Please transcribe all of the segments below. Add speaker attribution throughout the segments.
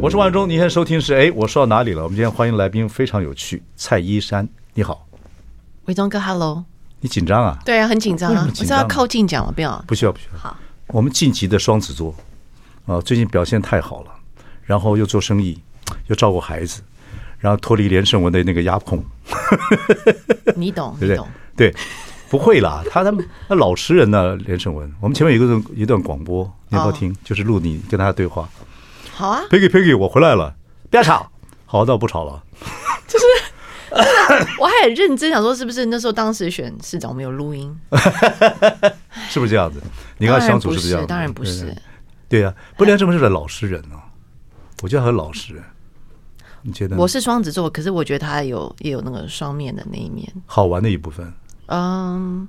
Speaker 1: 我是万忠，您现在收听是哎，我说到哪里了？我们今天欢迎来宾非常有趣，蔡依珊，你好，
Speaker 2: 伟忠哥，Hello。
Speaker 1: 你紧张啊？
Speaker 2: 对啊，很紧张
Speaker 1: 为什
Speaker 2: 啊
Speaker 1: 么！
Speaker 2: 我
Speaker 1: 紧
Speaker 2: 是
Speaker 1: 张
Speaker 2: 要靠近讲 吗？不要。
Speaker 1: 不需要，不需要。
Speaker 2: 好，
Speaker 1: 我们晋级的双子座，啊，最近表现太好了，然后又做生意，又照顾孩子，然后脱离连胜文的那个压控，
Speaker 2: 你懂，
Speaker 1: 对
Speaker 2: 你
Speaker 1: 不
Speaker 2: 懂。
Speaker 1: 对？对，不会啦，他他们他老实人呢、连胜文。我们前面有一个一段广播，你要不要
Speaker 2: 哦
Speaker 1: 听？就是录你跟他的对话。
Speaker 2: 好啊，
Speaker 1: Peggy Peggy，我回来了，不要吵。好，那我不吵了。
Speaker 2: 我还很认真想说，是不是那时候当时选市长我们有录音？
Speaker 1: 是不是这样子？你跟他相处是不是这样子？
Speaker 2: 当然不是当然不是
Speaker 1: 对呀、不良这么是个老实人啊，我觉得很老实人。你觉得呢
Speaker 2: 我是双子座，可是我觉得他有也有那个双面的那一面。
Speaker 1: 好玩的一部分，
Speaker 2: 嗯，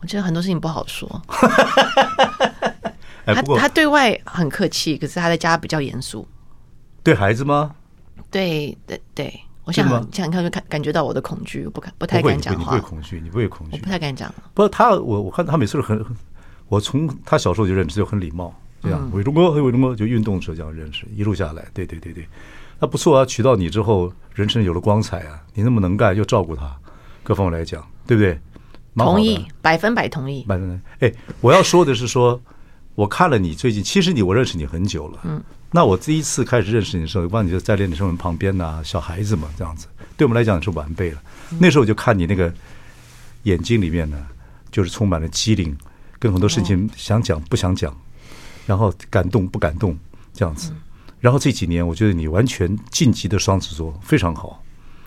Speaker 2: 我觉得很多事情不好说。
Speaker 1: 哎，
Speaker 2: 他
Speaker 1: 不过
Speaker 2: 他对外很客气，可是他在家比较严肃。
Speaker 1: 对孩子吗？
Speaker 2: 对对对，我
Speaker 1: 真
Speaker 2: 想
Speaker 1: 的吗
Speaker 2: 想看就看感觉到我的恐惧，我不敢不
Speaker 1: 不
Speaker 2: 太
Speaker 1: 会，
Speaker 2: 敢
Speaker 1: 你
Speaker 2: 讲
Speaker 1: 不会你不
Speaker 2: 话
Speaker 1: 会，恐惧，你不会恐
Speaker 2: 我
Speaker 1: 惧
Speaker 2: 不。太敢讲。
Speaker 1: 不过他，我我看他每次都很，很我从他小时候就认识，就很礼貌，这
Speaker 2: 嗯
Speaker 1: 样。伟忠哥，嘿伟忠哥，就运动的时候这样认识，一路下来，对对对对，那不错啊。娶到你之后，人生有了光彩啊！你那么能干，又照顾他，各方面来讲，对不对？蛮好的啊
Speaker 2: 同意，百分百同意。
Speaker 1: 蛮正哎，我要说的是说，我看了你最近，其实你我认识你很久了，嗯，那我第一次开始认识你的时候，忘记就在练李胜文旁边呐、小孩子嘛，这样子，对我们来讲是晚辈了。那时候我就看你那个眼睛里面呢，就是充满了机灵，跟很多事情想讲不想讲，然后感动不感动这样子。然后这几年，我觉得你完全晋级的双子座非常好，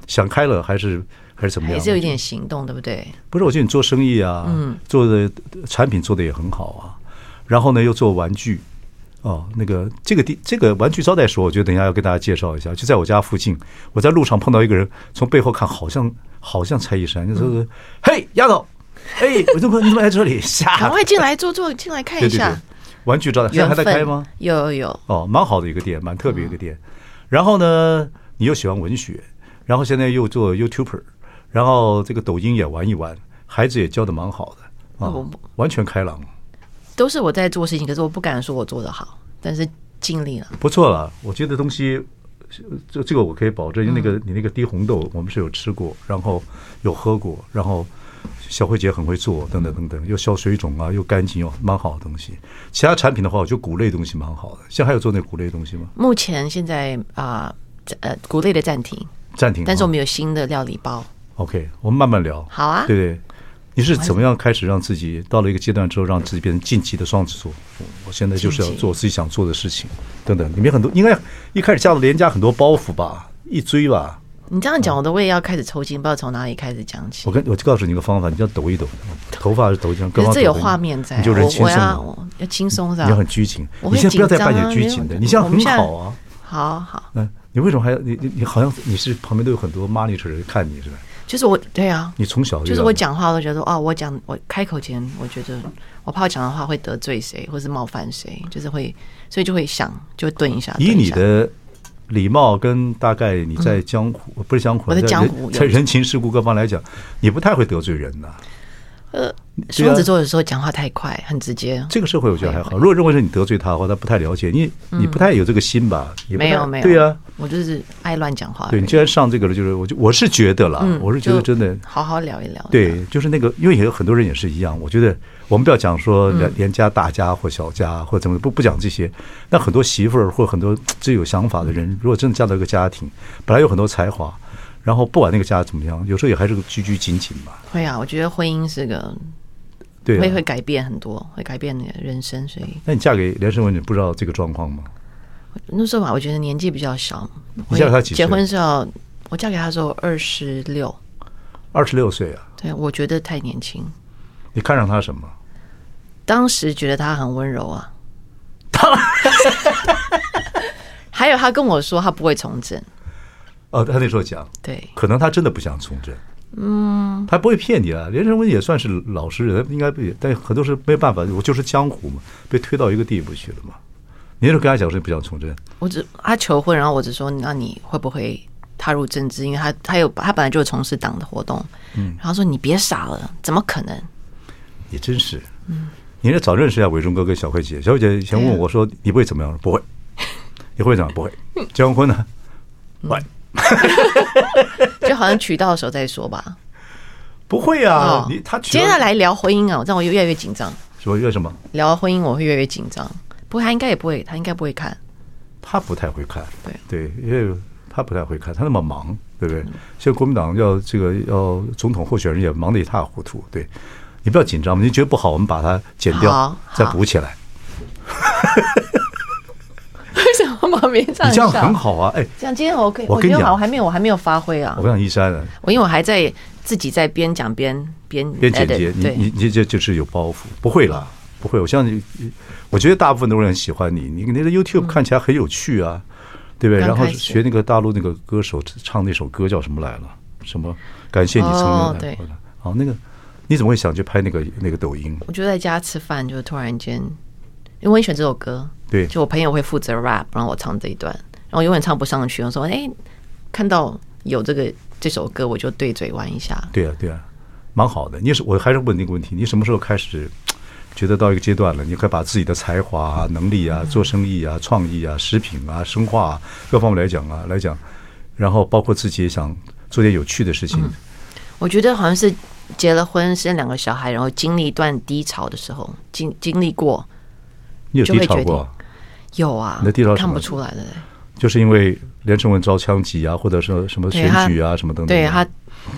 Speaker 1: 想开了还是还是怎么样？
Speaker 2: 也是有一点行动，对不对？
Speaker 1: 不是，我觉得你做生意啊，
Speaker 2: 嗯
Speaker 1: 做的产品做的也很好啊，然后呢又做玩具，哦，那个这个地这个玩具招待所，我觉得等一下要跟大家介绍一下，就在我家附近，我在路上碰到一个人，从背后看好像好像蔡一山，就说、
Speaker 2: 嗯
Speaker 1: 嘿丫头，哎，我就说你怎么来这里？
Speaker 2: 赶
Speaker 1: 吓，
Speaker 2: 快进来坐坐，进来看
Speaker 1: 对
Speaker 2: 一
Speaker 1: 对对
Speaker 2: 下。，
Speaker 1: 玩具招待现在
Speaker 2: 缘
Speaker 1: 还
Speaker 2: 分
Speaker 1: 在开吗？？
Speaker 2: 有有有，
Speaker 1: 哦，蛮好的一个店，蛮特别一个店。然后呢，你又喜欢文学，然后现在又做 YouTuber，然后这个抖音也玩一玩，孩子也教的蛮好的啊
Speaker 2: 我不，
Speaker 1: 完全开朗，
Speaker 2: 都是我在做事情，可是我不敢说我做的好，但是尽力了。
Speaker 1: 不错了。我觉得东西，这这个我可以保证，
Speaker 2: 嗯
Speaker 1: 因为那个你那个低红豆我们是有吃过，然后有喝过，然后。小慧姐很会做，等等等等，又消水肿啊，又干净，又蛮好的东西。其他产品的话，我觉得谷类东西蛮好的。现在还有做那谷类东西吗？
Speaker 2: 目前现在啊，暂呃，谷类的暂停，
Speaker 1: 暂停啊。
Speaker 2: 但是我们有新的料理包。
Speaker 1: OK，我们慢慢聊。
Speaker 2: 好啊
Speaker 1: 对对，你是怎么样开始让自己到了一个阶段之后，让自己变成晋级的双子座？我我现在就是要
Speaker 2: 晋级
Speaker 1: 做自己想做的事情，等等。你们很多应该一开始加了连加很多包袱吧，一追吧。
Speaker 2: 你这样讲，我的胃要开始抽筋，不知道从哪里开始讲起
Speaker 1: 我。跟我就告诉你一个方法，你就要抖一抖，头发是抖一抖，
Speaker 2: 可
Speaker 1: 各
Speaker 2: 是
Speaker 1: 方
Speaker 2: 这有
Speaker 1: 抖一抖
Speaker 2: 画面在，
Speaker 1: 你就人
Speaker 2: 我
Speaker 1: 轻
Speaker 2: 我
Speaker 1: 松
Speaker 2: 要
Speaker 1: 了，
Speaker 2: 我要轻松是吧？
Speaker 1: 你要很拘谨。
Speaker 2: 我
Speaker 1: 你
Speaker 2: 会
Speaker 1: 现在不要再
Speaker 2: 紧张
Speaker 1: 扮演
Speaker 2: 啊
Speaker 1: 拘
Speaker 2: 没有
Speaker 1: 谨的，
Speaker 2: 我
Speaker 1: 你现在
Speaker 2: 我
Speaker 1: 很
Speaker 2: 们现在
Speaker 1: 好啊。
Speaker 2: 好好，
Speaker 1: 嗯，你为什么还要你你你好像你是旁边都有很多 monitor 人看你是吧？
Speaker 2: 就是我对啊，
Speaker 1: 你从小
Speaker 2: 就是
Speaker 1: 这样
Speaker 2: 我
Speaker 1: 子
Speaker 2: 讲话，我都觉得哦，我讲我开口前，我觉得我怕我讲的话会得罪谁，或是冒犯谁，就是会，所以就会想，就会顿啊一下。
Speaker 1: 以
Speaker 2: 顿一
Speaker 1: 你
Speaker 2: 下
Speaker 1: 的礼貌跟大概你在江湖、不是江湖，
Speaker 2: 我在
Speaker 1: 人
Speaker 2: 嗯哦江湖
Speaker 1: 在
Speaker 2: 有
Speaker 1: 人情世故各方来讲，你不太会得罪人呐、
Speaker 2: 呃，
Speaker 1: 对啊
Speaker 2: 双子座有时候讲话太快，很直接。
Speaker 1: 这个社会我觉得还
Speaker 2: 会
Speaker 1: 好。
Speaker 2: 会
Speaker 1: 如果认为是你得罪他的话，他不太了解你，你不太有这个心吧？也不太
Speaker 2: 嗯没有没有，
Speaker 1: 对啊，，
Speaker 2: 我就是爱乱讲话而已。嗯
Speaker 1: 对你既然上这个了，就是我就我是觉得啦，我是觉得
Speaker 2: 就
Speaker 1: 真的。
Speaker 2: 好好聊一聊。
Speaker 1: 对，就是那个，因为也有很多人也是一样。我觉得我们不要讲说连连家大家或小家或怎么不不讲这些。那很多媳妇儿或很多这有想法的人，如果真的嫁到一个家庭，本来有很多才华，然后不管那个家怎么样，有时候也还是个拘拘谨谨吧。
Speaker 2: 会啊，我觉得婚姻是个
Speaker 1: 对、
Speaker 2: 会会
Speaker 1: 啊。
Speaker 2: 改变很多，会改变你的人生。所以
Speaker 1: 那你嫁给连胜文，你不知道这个状况吗？
Speaker 2: 那时候吧，我觉得年纪比较小，我
Speaker 1: 嫁给他几岁
Speaker 2: 结婚是要我嫁给他的时候二十六，
Speaker 1: 二十六岁啊，
Speaker 2: 对我觉得太年轻。
Speaker 1: 你看上他什么？
Speaker 2: 当时觉得他很温柔啊， 还有他跟我说他不会从政，
Speaker 1: 哦，他那时候讲，
Speaker 2: 对，
Speaker 1: 可能他真的不想从政。嗯，他不会骗你啊。连胜文也算是老实人，应该不也，但很多是没办法，我就是江湖嘛，被推到一个地步去了嘛。你那时候跟他讲说你不想从政，
Speaker 2: 我只他求婚，然后我只说，那你会不会踏入政治？因为他他有他本来就有从事党的活动，嗯，然后说你别傻了，怎么可能？
Speaker 1: 也真是。嗯，你这早认识一下伟忠哥跟小慧姐。小慧姐以前问我说你不会怎么样，不会。你会怎么样？不会。结完婚呢？
Speaker 2: 嗯
Speaker 1: 会。
Speaker 2: 就好像娶到的时候再说吧。哦
Speaker 1: 不会啊，你他娶
Speaker 2: 接
Speaker 1: 了
Speaker 2: 下来聊婚姻啊，让我越来越紧张。
Speaker 1: 什么？为什么？
Speaker 2: 聊婚姻我会越来越紧张，不过他应该也不会，他应该不会看。
Speaker 1: 他不太会看，
Speaker 2: 对嗯
Speaker 1: 因为他不太会看，他那么忙，对不对？现在国民党要这个要总统候选人也忙得一塌糊涂，对。你不要紧张，你觉得不好，我们把它剪掉
Speaker 2: 好，
Speaker 1: 再
Speaker 2: 好
Speaker 1: 补起来。
Speaker 2: 为什么马明这
Speaker 1: 你
Speaker 2: 样
Speaker 1: 这样
Speaker 2: 笑
Speaker 1: 很，好啊，哎，
Speaker 2: 这样今天我可以，
Speaker 1: 我
Speaker 2: 我
Speaker 1: 跟
Speaker 2: 觉
Speaker 1: 你
Speaker 2: 得
Speaker 1: 讲
Speaker 2: 好，我还没有，我还没有发挥啊
Speaker 1: 我。跟你讲，一山啊，
Speaker 2: 我因为我还在自己在边讲边边
Speaker 1: 边简
Speaker 2: edit，
Speaker 1: 洁，你
Speaker 2: 哎对
Speaker 1: 你你这就是有包袱，不会啦，不会。我相信，我觉得大部分的人很喜欢你，你你的 YouTube 看起来很有趣啊，对不对？
Speaker 2: 嗯刚
Speaker 1: 然后
Speaker 2: 开始
Speaker 1: 学那个大陆那个歌手唱那首歌叫什么来了？什么？感谢你曾
Speaker 2: 哦
Speaker 1: 经来
Speaker 2: 对
Speaker 1: 过来。好，那个你怎么会想去拍那个那个抖音？
Speaker 2: 我就在家吃饭，就突然间，因为我很喜欢这首歌，
Speaker 1: 对
Speaker 2: 就我朋友会负责 rap，然后我唱这一段，然后永远唱不上去。我说，哎、看到有这个这首歌，我就对嘴玩一下。
Speaker 1: 对啊，对啊，蛮好的。你是我还是问那个问题，你什么时候开始觉得到一个阶段了，你可以把自己的才华、啊、能力啊、做生意啊、创意啊、食品啊、生化、啊、各方面来讲啊来讲，然后包括自己也想做点有趣的事情，
Speaker 2: 嗯我觉得好像是结了婚，生两个小孩，然后经历一段低潮的时候，经经历过
Speaker 1: 你有
Speaker 2: 就
Speaker 1: 低
Speaker 2: 会
Speaker 1: 潮
Speaker 2: 决
Speaker 1: 过
Speaker 2: 定
Speaker 1: 啊，
Speaker 2: 有啊，
Speaker 1: 你的低潮是什
Speaker 2: 看
Speaker 1: 么
Speaker 2: 不出来的、
Speaker 1: 就是因为连胜文遭枪击啊，或者是什么
Speaker 2: 对
Speaker 1: 选
Speaker 2: 他
Speaker 1: 举啊什么等等的。
Speaker 2: 对他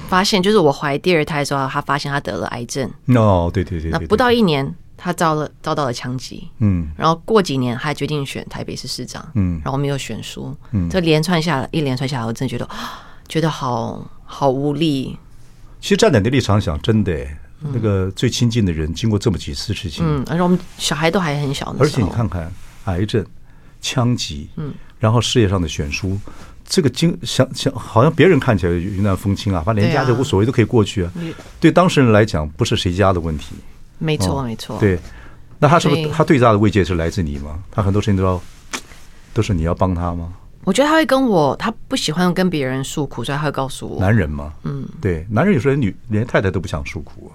Speaker 2: 发现，就是我怀第二胎的时候，他发现他得了癌症，
Speaker 1: 哦，对对对，
Speaker 2: 那
Speaker 1: 对
Speaker 2: 不到
Speaker 1: 对
Speaker 2: 一年，他遭了遭到了枪击。
Speaker 1: 嗯，
Speaker 2: 然后过几年他决定选台北市市长，
Speaker 1: 嗯
Speaker 2: 然后没有选输，嗯，这连串下来一连串下来，我真的觉得啊觉得好好无力，
Speaker 1: 其实站在你的立场想，真的耶。
Speaker 2: 嗯
Speaker 1: 那个最亲近的人，经过这么几次事情，
Speaker 2: 嗯，而且我们小孩都还很小的
Speaker 1: 而
Speaker 2: 时
Speaker 1: 且你
Speaker 2: 候，
Speaker 1: 看看，癌症、枪击，嗯，然后事业上的悬殊，这个经想想，好像别人看起来云淡风轻啊，反正连
Speaker 2: 对啊
Speaker 1: 家就无所谓，都可以过去啊
Speaker 2: 你。
Speaker 1: 对当事人来讲，不是谁家的问题，
Speaker 2: 没错
Speaker 1: 哦
Speaker 2: 没错，，
Speaker 1: 对。那他是不是
Speaker 2: 所以
Speaker 1: 他最大的慰藉是来自你吗？他很多事情都要都是你要帮他吗？
Speaker 2: 我觉得他会跟我，他不喜欢跟别人诉苦，所以他会告诉我，
Speaker 1: 男人吗？嗯，对，男人有时候连女连太太都不想诉苦啊，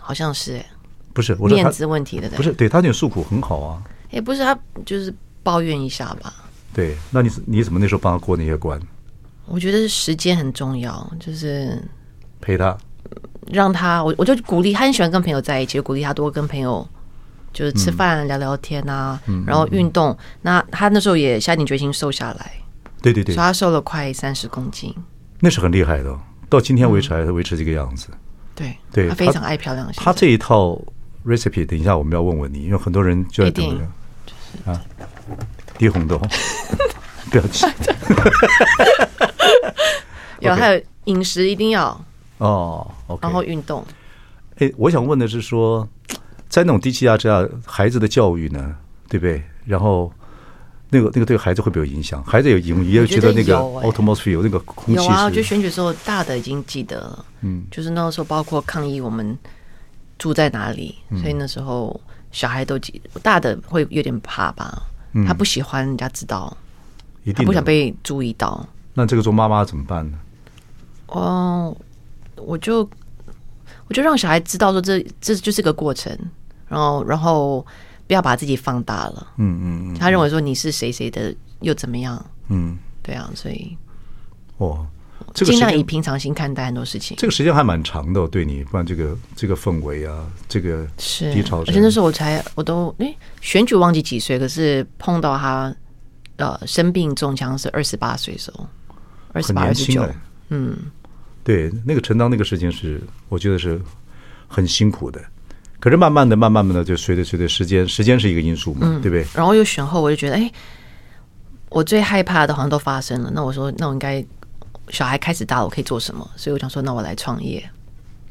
Speaker 2: 好像是哎
Speaker 1: 不是？我说
Speaker 2: 面
Speaker 1: 他
Speaker 2: 子问题的，
Speaker 1: 不是，对他那种诉苦很好啊。
Speaker 2: 也不是他就是抱怨一下吧，
Speaker 1: 对，那你你怎么那时候帮他过那些关？
Speaker 2: 我觉得时间很重要，就是
Speaker 1: 陪他，
Speaker 2: 让他，我我就鼓励他很喜欢跟朋友在一起，就鼓励他多跟朋友就是
Speaker 1: 嗯
Speaker 2: 吃饭、聊聊天啊，然后运动。那他那时候也下定决心瘦下来，
Speaker 1: 对对对
Speaker 2: 所以，他瘦了快三十公斤。
Speaker 1: 那是很厉害的哦，到今天为止还
Speaker 2: 嗯
Speaker 1: 是维持这个样子。
Speaker 2: 对，
Speaker 1: 对
Speaker 2: 他非常爱漂亮。
Speaker 1: 他这一套 recipe，等一下我们要问问你，因为很多人就在等
Speaker 2: 一
Speaker 1: 着
Speaker 2: 定
Speaker 1: 啊，低红 豆，哦不要急
Speaker 2: 有
Speaker 1: OK
Speaker 2: 啊还有饮食一定要，
Speaker 1: 哦。
Speaker 2: 然后
Speaker 1: OK，
Speaker 2: 运动。
Speaker 1: 哎，我想问的是说，在那种低气压之下，孩子的教育呢，对不对？然后。那个那个对孩子会不会有影响？孩子有影也有
Speaker 2: 我觉
Speaker 1: 觉
Speaker 2: 得
Speaker 1: 得那个
Speaker 2: 有哎
Speaker 1: atmosphere 有那个空气
Speaker 2: 有啊，我觉得
Speaker 1: 是
Speaker 2: 选举时候大的已经记得了，嗯，就是那时候包括抗议我们住在哪里，
Speaker 1: 嗯
Speaker 2: 所以那时候小孩都记，大的会有点怕吧，他不喜欢人家知道，
Speaker 1: 嗯一
Speaker 2: 他
Speaker 1: 定
Speaker 2: 不想
Speaker 1: 的。
Speaker 2: 被注意到。
Speaker 1: 那这个做妈妈怎么办呢？
Speaker 2: 哦，我就我就让小孩知道说这这就是个过程，然后然后不要把自己放大了。
Speaker 1: 嗯嗯嗯
Speaker 2: 他认为说你是谁谁的又怎么样？
Speaker 1: 嗯，
Speaker 2: 对啊，所以
Speaker 1: 哦，这个
Speaker 2: 尽
Speaker 1: 时
Speaker 2: 量
Speaker 1: 间
Speaker 2: 以平常心看待很多事情。
Speaker 1: 这个时间还蛮长的哦、对你，不然这个这个氛围啊，这个
Speaker 2: 是
Speaker 1: 低潮，
Speaker 2: 而且那时候我才我都哎、选举忘记几岁，可是碰到他呃生病中枪是二十八岁的时候，二十
Speaker 1: 很
Speaker 2: 八
Speaker 1: 年
Speaker 2: 二十
Speaker 1: 轻
Speaker 2: 九
Speaker 1: 哎，，嗯，对，那个承担那个事情是，我觉得是很辛苦的。可是慢慢的、慢慢的，就随着随着时间，时间是一个因素嘛，
Speaker 2: 嗯
Speaker 1: 对不对？
Speaker 2: 然后又选后，我就觉得，哎，我最害怕的好像都发生了。那我说，那我应该小孩开始大了，我可以做什么？所以我想说，那我来创业。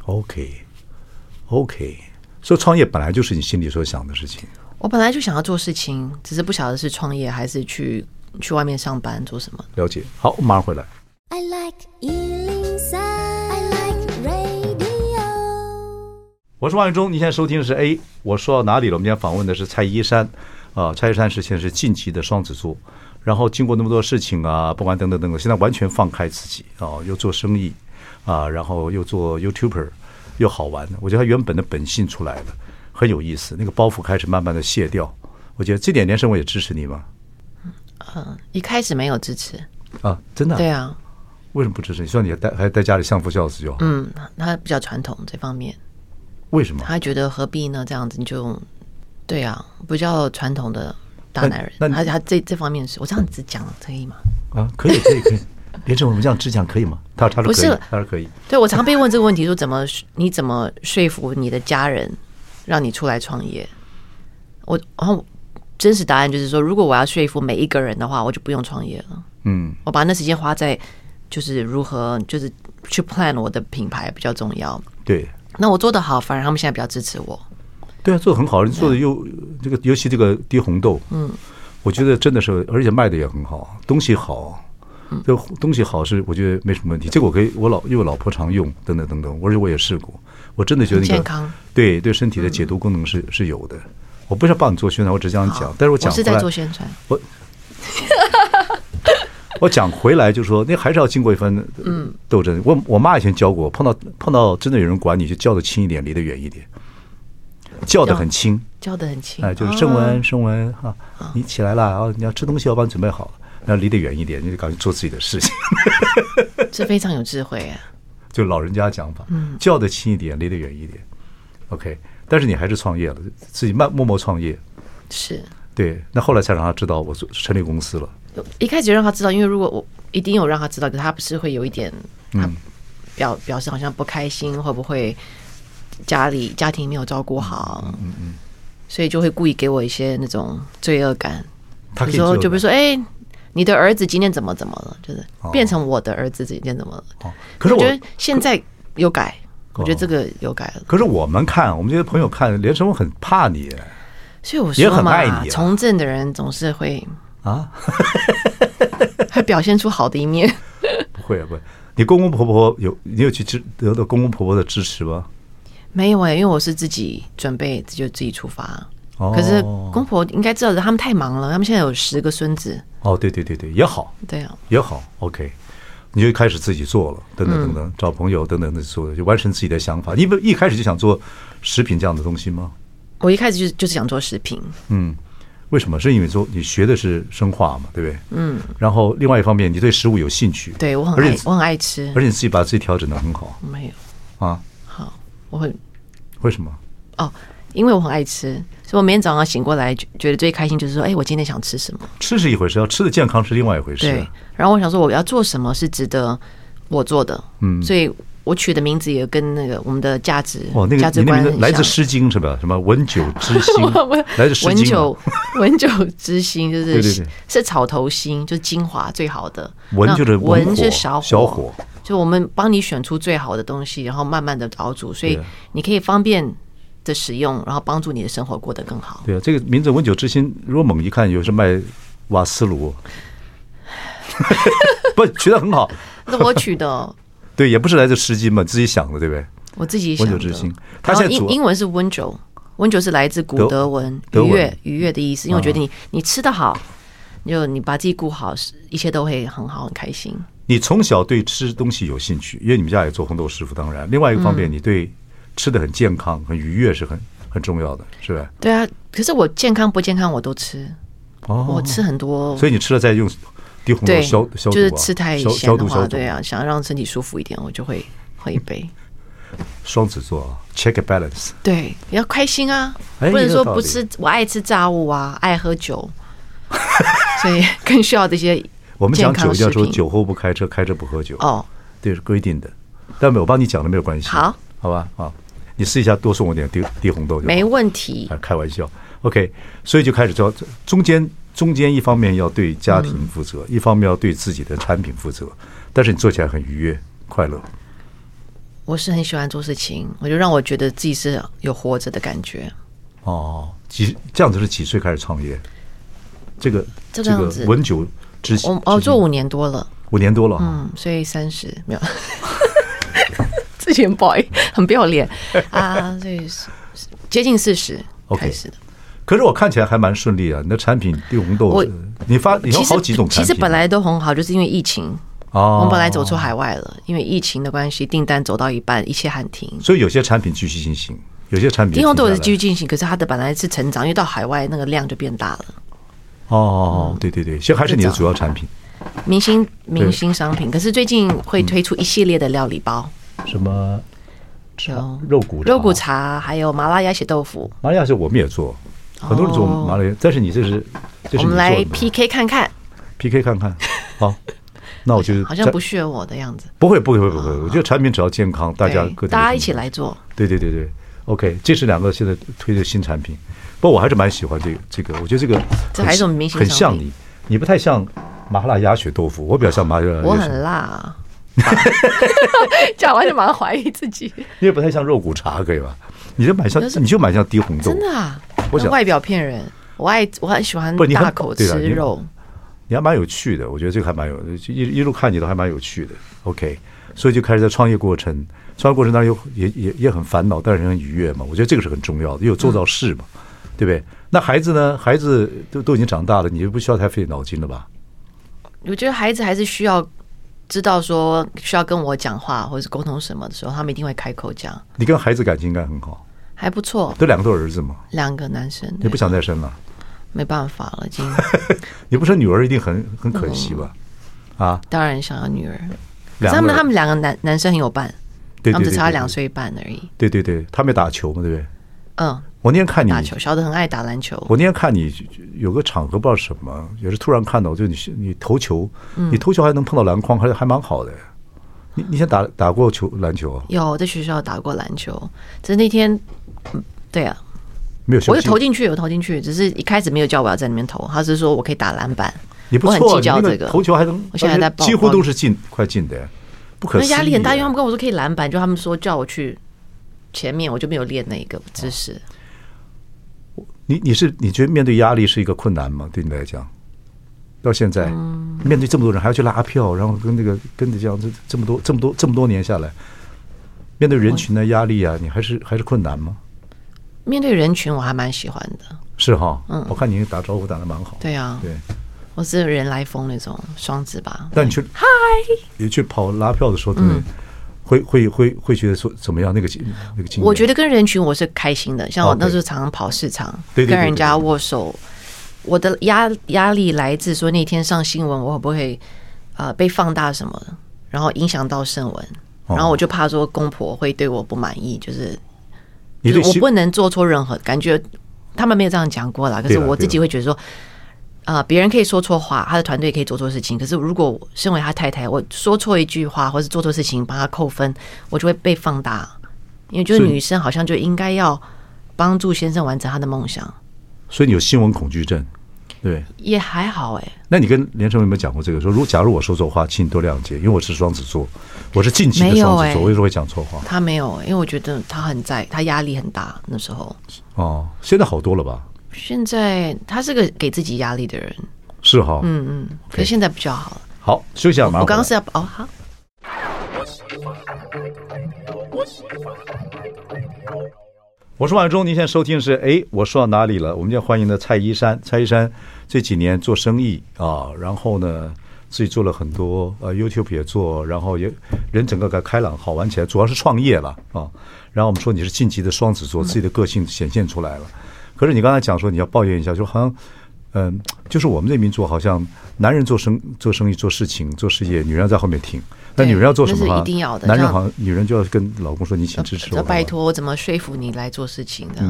Speaker 1: OK，OK，、所以创业本来就是你心里所想的事情。
Speaker 2: 我本来就想要做事情，只是不晓得是创业还是去去外面上班做什么。
Speaker 1: 了解。好，我马上回来。
Speaker 3: I like Ealing Sound. I like radio.
Speaker 1: 我是王永忠，您现在收听的是 A。我说到哪里了？我们今天访问的是蔡依珊，啊、蔡依珊是现在是晋级的双子座，然后经过那么多事情啊，不管等等等等，现在完全放开自己啊、又做生意啊，然后又做 YouTuber，又好玩。我觉得他原本的本性出来了，很有意思，那个包袱开始慢慢的卸掉。我觉得这点连生我也支持你嘛，
Speaker 2: 嗯，一开始没有支持，
Speaker 1: 啊，真的、
Speaker 2: 对，啊，
Speaker 1: 为什么不支持你？希望你还待还在家里相夫教子就好。嗯，
Speaker 2: 嗯，他比较传统这方面，
Speaker 1: 为什么？
Speaker 2: 他觉得何必呢？这样子你就，对啊，比较传统的大男人，
Speaker 1: 那那
Speaker 2: 他他这这方面是我这样子讲可以吗？
Speaker 1: 啊，可以可以可以，连胜我们这样只讲可以吗？他他说
Speaker 2: 不
Speaker 1: 可以
Speaker 2: 是，
Speaker 1: 他说可以。
Speaker 2: 对我常被问这个问题，说怎么你怎么说服你的家人让你出来创业？我然后真实答案就是说，如果我要说服每一个人的话，我就不用创业了。
Speaker 1: 嗯，
Speaker 2: 我把那时间花在就是如何就是去 plan 我的品牌比较重要。
Speaker 1: 对
Speaker 2: 那我做得好，反而他们现在比较支持我。
Speaker 1: 对啊，做的很好，做的又这个，尤其这个低红豆，嗯，我觉得真的是，而且卖的也很好，东西好。
Speaker 2: 嗯
Speaker 1: 这东西好是我觉得没什么问题，这个我可以，我老因为我老婆常用，等等等等，而且我也试过，我真的觉得那个
Speaker 2: 很健康嗯
Speaker 1: 对对身体的解毒功能是、是有的。我不是要帮你做宣传，我只是这样讲，但是我讲
Speaker 2: 啊是
Speaker 1: 回
Speaker 2: 在
Speaker 1: 来
Speaker 2: 做宣传，
Speaker 1: 我我讲回来就说，那还是要经过一番嗯斗争。我我妈以前教过，碰到碰到真的有人管你，就叫的轻一点，离得远一点，叫的很轻，
Speaker 2: 教的很轻。啊
Speaker 1: 哎，就是声文声文哈，你起来了啊，你要吃东西，我帮你准备好了，然后离得远一点，你就赶紧做自己的事情。
Speaker 2: 这非常有智慧啊！
Speaker 1: 就老人家讲法，叫的轻一点，离得远一点。OK，但是你还是创业了，自己慢默默创业，
Speaker 2: 是
Speaker 1: 对，那后来才让他知道我做成立公司了。
Speaker 2: 一开始让他知道，因为如果我一定有让他知道，可是他不是会有一点，他
Speaker 1: 嗯
Speaker 2: 表表示好像不开心，会不会家里家庭没有照顾好？嗯嗯所以就会故意给我一些那种罪恶感，
Speaker 1: 他可以
Speaker 2: 有时候
Speaker 1: 做
Speaker 2: 就
Speaker 1: 的
Speaker 2: 比如说，哎、你的儿子今天怎么怎么了，就是变成我的儿子今天怎么了。
Speaker 1: 哦可是我
Speaker 2: 觉得现在有改，
Speaker 1: 可
Speaker 2: 我觉得这个有改了。
Speaker 1: 可是我们看，我们这些朋友看，连生我很怕你
Speaker 2: 所以我
Speaker 1: 也
Speaker 2: 说
Speaker 1: 很爱你
Speaker 2: 嘛
Speaker 1: 啊，
Speaker 2: 从政的人总是会
Speaker 1: 啊！
Speaker 2: 会表现出好的一面。
Speaker 1: 不会不会，你公公婆婆有你有去支得到公公婆婆的支持吗？
Speaker 2: 没有哎、因为我是自己准备，就自己出发。
Speaker 1: 哦
Speaker 2: 可是公婆应该知道的，他们太忙了，他们现在有十个孙子，
Speaker 1: 哦，对对对对，也好
Speaker 2: 对啊，
Speaker 1: 也好，OK，你就开始自己做了，等等等等，找朋友等等的做，就完成自己的想法。你不一开始就想做食品这样的东西吗？
Speaker 2: 我一开始就是就是想做食品，
Speaker 1: 嗯，为什么？是因为说你学的是生化嘛，对不对？嗯。然后另外一方面，你对食物有兴趣，
Speaker 2: 对我很
Speaker 1: 而
Speaker 2: 爱
Speaker 1: 且，
Speaker 2: 我很爱吃
Speaker 1: 而，且你自己把自己调整的很好
Speaker 2: 没有
Speaker 1: 啊？
Speaker 2: 好，我很
Speaker 1: 为什么？
Speaker 2: 哦，因为我很爱吃，所以我每天早上醒过来，觉觉得最开心就是说，哎，我今天想吃什么？
Speaker 1: 吃是一回事，要吃的健康是啊另外一回事。
Speaker 2: 对，然后我想说我要做什么是值得我做的，嗯，所以我取的名字也跟那个我们的价值
Speaker 1: 哇，哦那
Speaker 2: 价
Speaker 1: 个
Speaker 2: 值
Speaker 1: 你那
Speaker 2: 观
Speaker 1: 个
Speaker 2: 很
Speaker 1: 来自
Speaker 2: 像
Speaker 1: 《诗经》是吧？什么“文酒之心
Speaker 2: 我”，
Speaker 1: 来自《诗
Speaker 2: 文
Speaker 1: 经》
Speaker 2: 酒
Speaker 1: 嘛。
Speaker 2: 文酒之心就
Speaker 1: 对
Speaker 2: 是
Speaker 1: 对对
Speaker 2: 是草头心，就是精华最好的。
Speaker 1: 文
Speaker 2: 那
Speaker 1: 就是文
Speaker 2: 文
Speaker 1: 火
Speaker 2: 是小
Speaker 1: 小火，
Speaker 2: 就我们帮你选出最好的东西，然后慢慢的熬煮，所以
Speaker 1: 对啊
Speaker 2: 你可以方便的使用，然后帮助你的生活过得更好。
Speaker 1: 对啊，这个名字“文酒之心”，如果猛一看，有是卖瓦斯炉， 不取得很好。
Speaker 2: 那我取的，
Speaker 1: 对，也不是来自《诗经》嘛，自己想的，对不对？
Speaker 2: 我自己想的。
Speaker 1: 文酒之心他
Speaker 2: 然后
Speaker 1: 现在
Speaker 2: 英
Speaker 1: 煮
Speaker 2: 英文是温酒，温酒是来自古
Speaker 1: 德
Speaker 2: 德文
Speaker 1: 德文啊
Speaker 2: 愉悦愉悦的意思，因为我觉得你你吃得好，就你把自己顾好，一切都会很好很开心。
Speaker 1: 你从小对吃东西有兴趣，因为你们家也做红豆师傅，当然。另外一个
Speaker 2: 嗯
Speaker 1: 方面，你对吃的很健康、很愉悦是很很重要的，是吧？
Speaker 2: 对啊，可是我健康不健康我都吃，
Speaker 1: 哦，
Speaker 2: 我吃很多，
Speaker 1: 所以你吃了再用低红豆
Speaker 2: 对，
Speaker 1: 消消毒啊，
Speaker 2: 就是吃太
Speaker 1: 消
Speaker 2: 咸
Speaker 1: 消
Speaker 2: 的
Speaker 1: 毒
Speaker 2: 话，
Speaker 1: 消毒
Speaker 2: 对。啊，想让身体舒服一点，我就会喝一 杯。
Speaker 1: 双子座啊，check and balance。
Speaker 2: 对，要开心啊，
Speaker 1: 哎
Speaker 2: 不能
Speaker 1: 有
Speaker 2: 说
Speaker 1: 道理
Speaker 2: 不吃。我爱吃炸物啊，爱喝 酒，所以更需要这些
Speaker 1: 我们
Speaker 2: 健
Speaker 1: 讲
Speaker 2: 康
Speaker 1: 酒
Speaker 2: 食
Speaker 1: 要说
Speaker 2: 品。
Speaker 1: 酒后不开车，开车不喝酒。
Speaker 2: 哦，
Speaker 1: 对，是规定的。但没有我帮你讲的没有关系。
Speaker 2: 好，
Speaker 1: 好吧，啊，你试一下多送我点低低红豆就好。
Speaker 2: 没问题
Speaker 1: 啊，，开玩笑。OK，所以就开始做中间中间一方面要对家庭负责，
Speaker 2: 嗯
Speaker 1: 一方面要对自己的产品负责，但是你做起来很愉悦快乐。
Speaker 2: 我是很喜欢做事情，我就让我觉得自己是有活着的感觉。
Speaker 1: 哦，几这样子是几岁开始创业？这个
Speaker 2: 这个
Speaker 1: 这个
Speaker 2: 样子
Speaker 1: 文酒执行
Speaker 2: 我哦做五年多了，
Speaker 1: 五年多了啊，
Speaker 2: 嗯，所以三十没有。 之前不好意思，很不要脸啊，所以是接近四十
Speaker 1: OK
Speaker 2: 开始的。
Speaker 1: 可是我看起来还蛮顺利啊。你的产品绿红豆
Speaker 2: 我
Speaker 1: 是，你发你有
Speaker 2: 其
Speaker 1: 好
Speaker 2: 实
Speaker 1: 几种产
Speaker 2: 其
Speaker 1: 品，啊
Speaker 2: 实本来都很好，就是因为疫情，
Speaker 1: 哦
Speaker 2: 我们本来走出海外了，因为疫情的关系，订单走到一半，一切喊停。
Speaker 1: 所以有些产品继续进行，有些产品
Speaker 2: 丁红豆
Speaker 1: 也
Speaker 2: 是
Speaker 1: 停下来
Speaker 2: 继续进行，可是它的本来是成长，因为到海外那个量就变大了。
Speaker 1: 哦哦
Speaker 2: 嗯
Speaker 1: 哦，对对对，所以还是你的主要产品，
Speaker 2: 明星明星商品，可是最近会推出一系列的料理包，
Speaker 1: 什么
Speaker 2: 有
Speaker 1: 嗯肉骨
Speaker 2: 肉骨茶，还有麻辣鸭血豆腐。
Speaker 1: 马里亚是我们也做，很多人做马里亚，但是你这是这是
Speaker 2: 我
Speaker 1: 你
Speaker 2: 们
Speaker 1: 做的
Speaker 2: 来
Speaker 1: 吗
Speaker 2: PK 看看，
Speaker 1: PK 看 看，好，那我就
Speaker 2: 好像
Speaker 1: 再
Speaker 2: 不屑我的样子。
Speaker 1: 不会不会不会不会，我觉得产品只要健康，大家
Speaker 2: 对
Speaker 1: 各自
Speaker 2: 大家一起来做，
Speaker 1: 对对对对，OK，这是两个现在推的新产品，不过我还是蛮喜欢这个这个，我觉得这个
Speaker 2: 这
Speaker 1: 很
Speaker 2: 还是我们明星
Speaker 1: 很
Speaker 2: 商
Speaker 1: 像
Speaker 2: 品
Speaker 1: 你，你不太像麻辣鸭血豆腐，我比较像麻辣鸭血，
Speaker 2: 我很辣 啊。 讲完就马上怀疑自己，
Speaker 1: 你也不太像肉骨茶，可以吧？你就蛮像
Speaker 2: 那是，
Speaker 1: 你就蛮像低红豆
Speaker 2: 真，的啊！
Speaker 1: 我想
Speaker 2: 外表骗人，我爱我很喜欢
Speaker 1: 不你很
Speaker 2: 大口
Speaker 1: 对啦
Speaker 2: 吃
Speaker 1: 你
Speaker 2: 肉。
Speaker 1: 你还蛮有趣的，我觉得这个还蛮有，一一路看你都还蛮有趣的。OK，所以就开始在创业过程，创业过程当然有也也也很烦恼，但是也很愉悦嘛。我觉得这个是很重要的，有做到事嘛，
Speaker 2: 嗯
Speaker 1: 对不对？那孩子呢？孩子都都已经长大了，你就不需要太费脑筋了吧？
Speaker 2: 我觉得孩子还是需要知道说需要跟我讲话或者是沟通什么的时候，他们一定会开口讲，
Speaker 1: 你跟孩子感情应该很好，
Speaker 2: 还不错。
Speaker 1: 这两个都是儿子嘛，
Speaker 2: 两个男生，
Speaker 1: 你不想再生了？
Speaker 2: 没办法了，已经
Speaker 1: 你不生女儿一定很很可惜吧？啊，
Speaker 2: 当然想要女儿。嗯可
Speaker 1: 两
Speaker 2: 是
Speaker 1: 个
Speaker 2: 他们他们两个男男生很有伴，
Speaker 1: 对
Speaker 2: 他
Speaker 1: 对
Speaker 2: 们
Speaker 1: 对
Speaker 2: 只差
Speaker 1: 对
Speaker 2: 两，岁半而已。
Speaker 1: 对对对，他们也打球嘛，对不对？
Speaker 2: 嗯，
Speaker 1: 我那天看你
Speaker 2: 打球，小的很爱打篮球。
Speaker 1: 我那天看你有个场合不知道什么，也是突然看到，就你你投球，
Speaker 2: 嗯
Speaker 1: 你投球还能碰到篮筐，还还蛮好的。你你以前打打过球篮球啊？
Speaker 2: 有在学校打过篮球，只是那天，嗯对啊，
Speaker 1: 没有休
Speaker 2: 我有
Speaker 1: 息
Speaker 2: 投，进去，有投进去，只是一开始没有叫我要在里面投，他是说我可以打篮板，
Speaker 1: 你不
Speaker 2: 我很
Speaker 1: 错，啊
Speaker 2: 计
Speaker 1: 你那
Speaker 2: 较
Speaker 1: 个
Speaker 2: 这个。
Speaker 1: 投球还能，
Speaker 2: 我现在在
Speaker 1: 而且
Speaker 2: 曝
Speaker 1: 几乎
Speaker 2: 光
Speaker 1: 都是进快进的，不可
Speaker 2: 那
Speaker 1: 思议。啊
Speaker 2: 压力很大，因为他们跟我说可以篮板，就他们说叫我去前面，我就没有练那个姿势。
Speaker 1: 你你是你觉得面对压力是一个困难吗？对你来讲，到现在面对这么多人还要去拉票，然后跟那个跟你这样这这么多这么多这么多年下来，面对人群的压力啊，你还是还是困难吗？
Speaker 2: 面对人群，我还蛮喜欢的。
Speaker 1: 是哈，我看你打招呼打得蛮好，
Speaker 2: 嗯对啊，
Speaker 1: 对。
Speaker 2: 我是人来疯那种双子吧。
Speaker 1: 但你去嗨，你去跑拉票的时候，对不
Speaker 2: 嗯
Speaker 1: 对会会会会觉得说怎么样？那个经那个经验，
Speaker 2: 我觉得跟人群我是开心的，像我
Speaker 1: OK
Speaker 2: 那时候常常跑市场，
Speaker 1: 对对对
Speaker 2: 跟人家握手。我的压压力来自说那天上新闻，我会不会呃被放大什么，然后影响到圣文，
Speaker 1: 哦
Speaker 2: 然后我就怕说公婆会对我不满意，就是
Speaker 1: 你对
Speaker 2: 就是我
Speaker 1: 新
Speaker 2: 不能做错任何感觉，他们没有这样讲过啦。可
Speaker 1: 对
Speaker 2: 是
Speaker 1: 啦
Speaker 2: 我自己会觉得说，啊，别人可以说错话，他的团队可以做错事情。可是如果我身为他太太，我说错一句话或是做错事情，帮他扣分，我就会被放大，因为就是
Speaker 1: 所以
Speaker 2: 女生好像就应该要帮助先生完成他的梦想，
Speaker 1: 所以你有新闻恐惧症，对。
Speaker 2: 也还好哎、
Speaker 1: 那你跟连成有没有讲过这个？说如果假如我说错话，请你多谅解，因为我是双子座，我是近期的
Speaker 2: 没有
Speaker 1: 双子座，
Speaker 2: 哎
Speaker 1: 我有时候会讲错话。
Speaker 2: 他没有、因为我觉得他很在，他压力很大那时候。
Speaker 1: 哦，现在好多了吧？
Speaker 2: 现在他是个给自己压力的人，
Speaker 1: 是哈，
Speaker 2: 嗯嗯，可是现在比较好了。
Speaker 1: 好，休息一下，马上
Speaker 2: 我刚
Speaker 1: 回
Speaker 2: 刚
Speaker 1: 来
Speaker 2: 是要哦好。
Speaker 1: 我是万忠，您现在收听的是哎，我说到哪里了？我们今天欢迎的蔡依珊，蔡依珊这几年做生意啊，然后呢自己做了很多，呃，YouTube 也做，然后也人整个给开朗好玩起来，主要是创业了啊。然后我们说你是晋级的双子座，自己的个性显现出来了。可是你刚才讲说你要抱怨一下，就好像嗯，就是我们这民族好像男人做生做生意做事情做事业，女人要在后面听。那
Speaker 2: 对
Speaker 1: 女人要做什么
Speaker 2: 那是
Speaker 1: 哈？
Speaker 2: 一定要的
Speaker 1: 男人
Speaker 2: 像
Speaker 1: 好
Speaker 2: 呃
Speaker 1: 像女人就要跟老公说：“你请支持我。”嗯
Speaker 2: 那拜托，我怎么说服你来做事情的？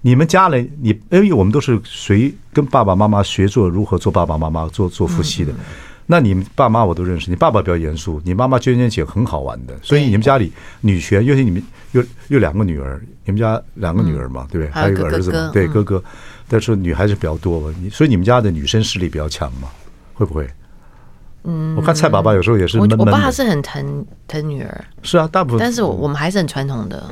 Speaker 1: 你们家人，你因为我们都是随跟爸爸妈妈学做如何做爸爸妈妈做做夫妻
Speaker 2: 嗯
Speaker 1: 的。那你们爸妈我都认识，你爸爸比较严肃，你妈妈娟娟姐很好玩的，所以你们家里女权，尤其你们又又两个女儿，你们家两个女儿嘛，对不对？
Speaker 2: 还有
Speaker 1: 有一个
Speaker 2: 个
Speaker 1: 儿子
Speaker 2: 哥
Speaker 1: 嘛
Speaker 2: 哥，
Speaker 1: 对
Speaker 2: 嗯
Speaker 1: 哥哥，但是女孩子比较多嘛，你所以你们家的女生势力比较强嘛，会不会？嗯，我看蔡爸爸有时候也是
Speaker 2: 我
Speaker 1: 闷
Speaker 2: 我
Speaker 1: 闷
Speaker 2: 爸
Speaker 1: 的，
Speaker 2: 是很疼疼女儿，
Speaker 1: 是啊，大部分
Speaker 2: 但是我我们还是很传统的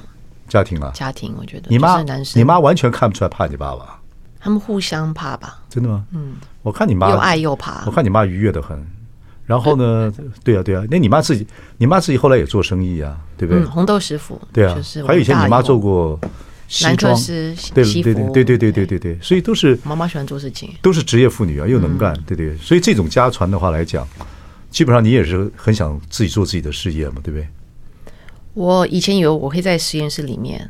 Speaker 1: 家庭啊，
Speaker 2: 家庭，我觉得
Speaker 1: 你
Speaker 2: 就
Speaker 1: 妈
Speaker 2: 是男生，
Speaker 1: 你妈完全看不出来怕你爸爸，
Speaker 2: 他们互相怕吧，
Speaker 1: 真的吗？嗯，我看你妈
Speaker 2: 又爱又怕
Speaker 1: 我。看你妈愉悦的很。然后呢，对啊对啊，那你妈自己，你妈自己后来也做生意啊，对不对？
Speaker 2: 嗯，红豆师傅，
Speaker 1: 对啊，
Speaker 2: 就是
Speaker 1: 还有以前你妈做
Speaker 2: 过。
Speaker 1: 过西
Speaker 2: 兰克
Speaker 1: 装
Speaker 2: 斯
Speaker 1: 对
Speaker 2: 西
Speaker 1: 对
Speaker 2: 服
Speaker 1: 对对对对对对，所以都是
Speaker 2: 妈妈喜欢做事情，
Speaker 1: 都是职业妇女啊，又能
Speaker 2: 嗯
Speaker 1: 干，对对。所以这种家传的话来讲，基本上你也是很想自己做自己的事业嘛，对不对？
Speaker 2: 我以前以为我会在实验室里面，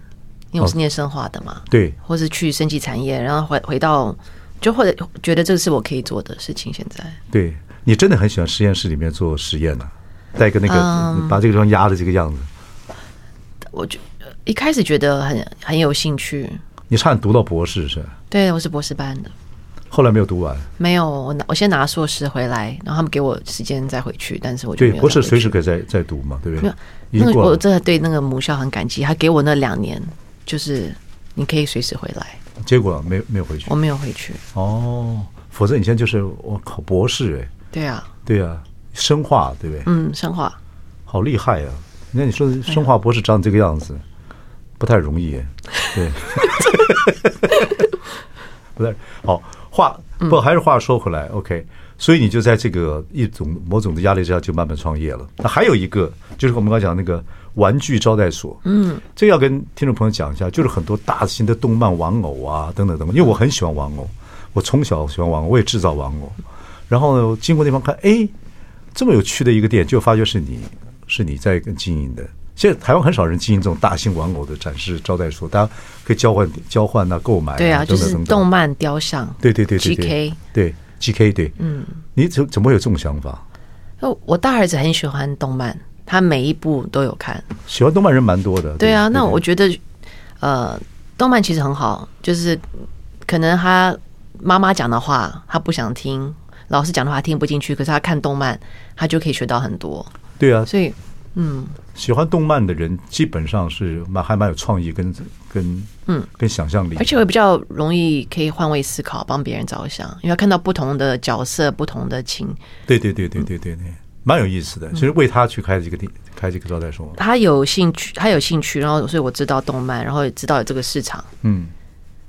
Speaker 2: 因为我是念生化的嘛，
Speaker 1: 哦对，
Speaker 2: 或是去升级产业，然后回回到就或者觉得这是我可以做的事情。现在
Speaker 1: 对你真的很喜欢实验室里面做实验呢、啊，带个那个、
Speaker 2: 嗯
Speaker 1: 把这个地方压的这个样子，
Speaker 2: 我就一开始觉得很很有兴趣，
Speaker 1: 你差点读到博士是吧，
Speaker 2: 对我是博士班的，
Speaker 1: 后来没有读完。
Speaker 2: 没有我拿我先拿硕士回来，然后他们给我时间再回去，但是我就
Speaker 1: 对
Speaker 2: 没，有
Speaker 1: 博士
Speaker 2: 再回
Speaker 1: 随时
Speaker 2: 去
Speaker 1: 可以再再读嘛，对不
Speaker 2: 没
Speaker 1: 对
Speaker 2: 有？
Speaker 1: 已
Speaker 2: 那
Speaker 1: 经
Speaker 2: 个
Speaker 1: 过了
Speaker 2: 我真的对那个母校很感激，他给我那两年就是你可以随时回来，
Speaker 1: 结果没有没有回去
Speaker 2: 我没有回去。
Speaker 1: 哦，否则你现在就是我考博士哎，
Speaker 2: 对啊，
Speaker 1: 对啊，生化对不对？
Speaker 2: 嗯，生化。
Speaker 1: 好厉害啊！那你说生化博士长这个样子，不太容易哎，对，不太好。话
Speaker 2: 嗯
Speaker 1: 不还是话说回来，OK，所以你就在这个一种某种的压力之下就慢慢创业了。那还有一个就是我们刚讲那个玩具招待所，嗯，这个要跟听众朋友讲一下，就是很多大型的动漫玩偶啊等等等等，因为我很喜欢玩偶，我从小喜欢玩偶，我也制造玩偶。然后呢，经过地方看，哎，这么有趣的一个店，就发觉是你是你在跟经营的。现在台湾很少人经营这种大型玩偶的展示招待所，大家可以交换交换啊、购买、
Speaker 2: 对啊，
Speaker 1: 等
Speaker 2: 就
Speaker 1: 等
Speaker 2: 是
Speaker 1: 等
Speaker 2: 动
Speaker 1: 等。
Speaker 2: 漫雕像。
Speaker 1: 对对对对对
Speaker 2: GK。
Speaker 1: 对 GK 对，嗯，你怎怎么会有这种想法？
Speaker 2: 那哦我大儿子很喜欢动漫，他每一部都有看。
Speaker 1: 喜欢动漫人蛮多的。
Speaker 2: 对啊，那
Speaker 1: 嗯对
Speaker 2: 我觉得，呃，动漫其实很好，就是可能他妈妈讲的话他不想听，老师讲的话听不进去，可是他看动漫，他就可以学到很多。
Speaker 1: 对啊，
Speaker 2: 所以
Speaker 1: 喜欢动漫的人基本上是蛮还蛮有创意跟跟嗯跟想象力
Speaker 2: 而。且我比较容易可以换位思考，帮别人着想，因为看到不同的角色、不同的情。
Speaker 1: 对对对对对对对，
Speaker 2: 嗯
Speaker 1: 蛮有意思的。其实为他去开这个店，开这个招待所，
Speaker 2: 他有兴趣，他有兴趣，然后所以我知道动漫，然后也知道有这个市场，
Speaker 1: 嗯。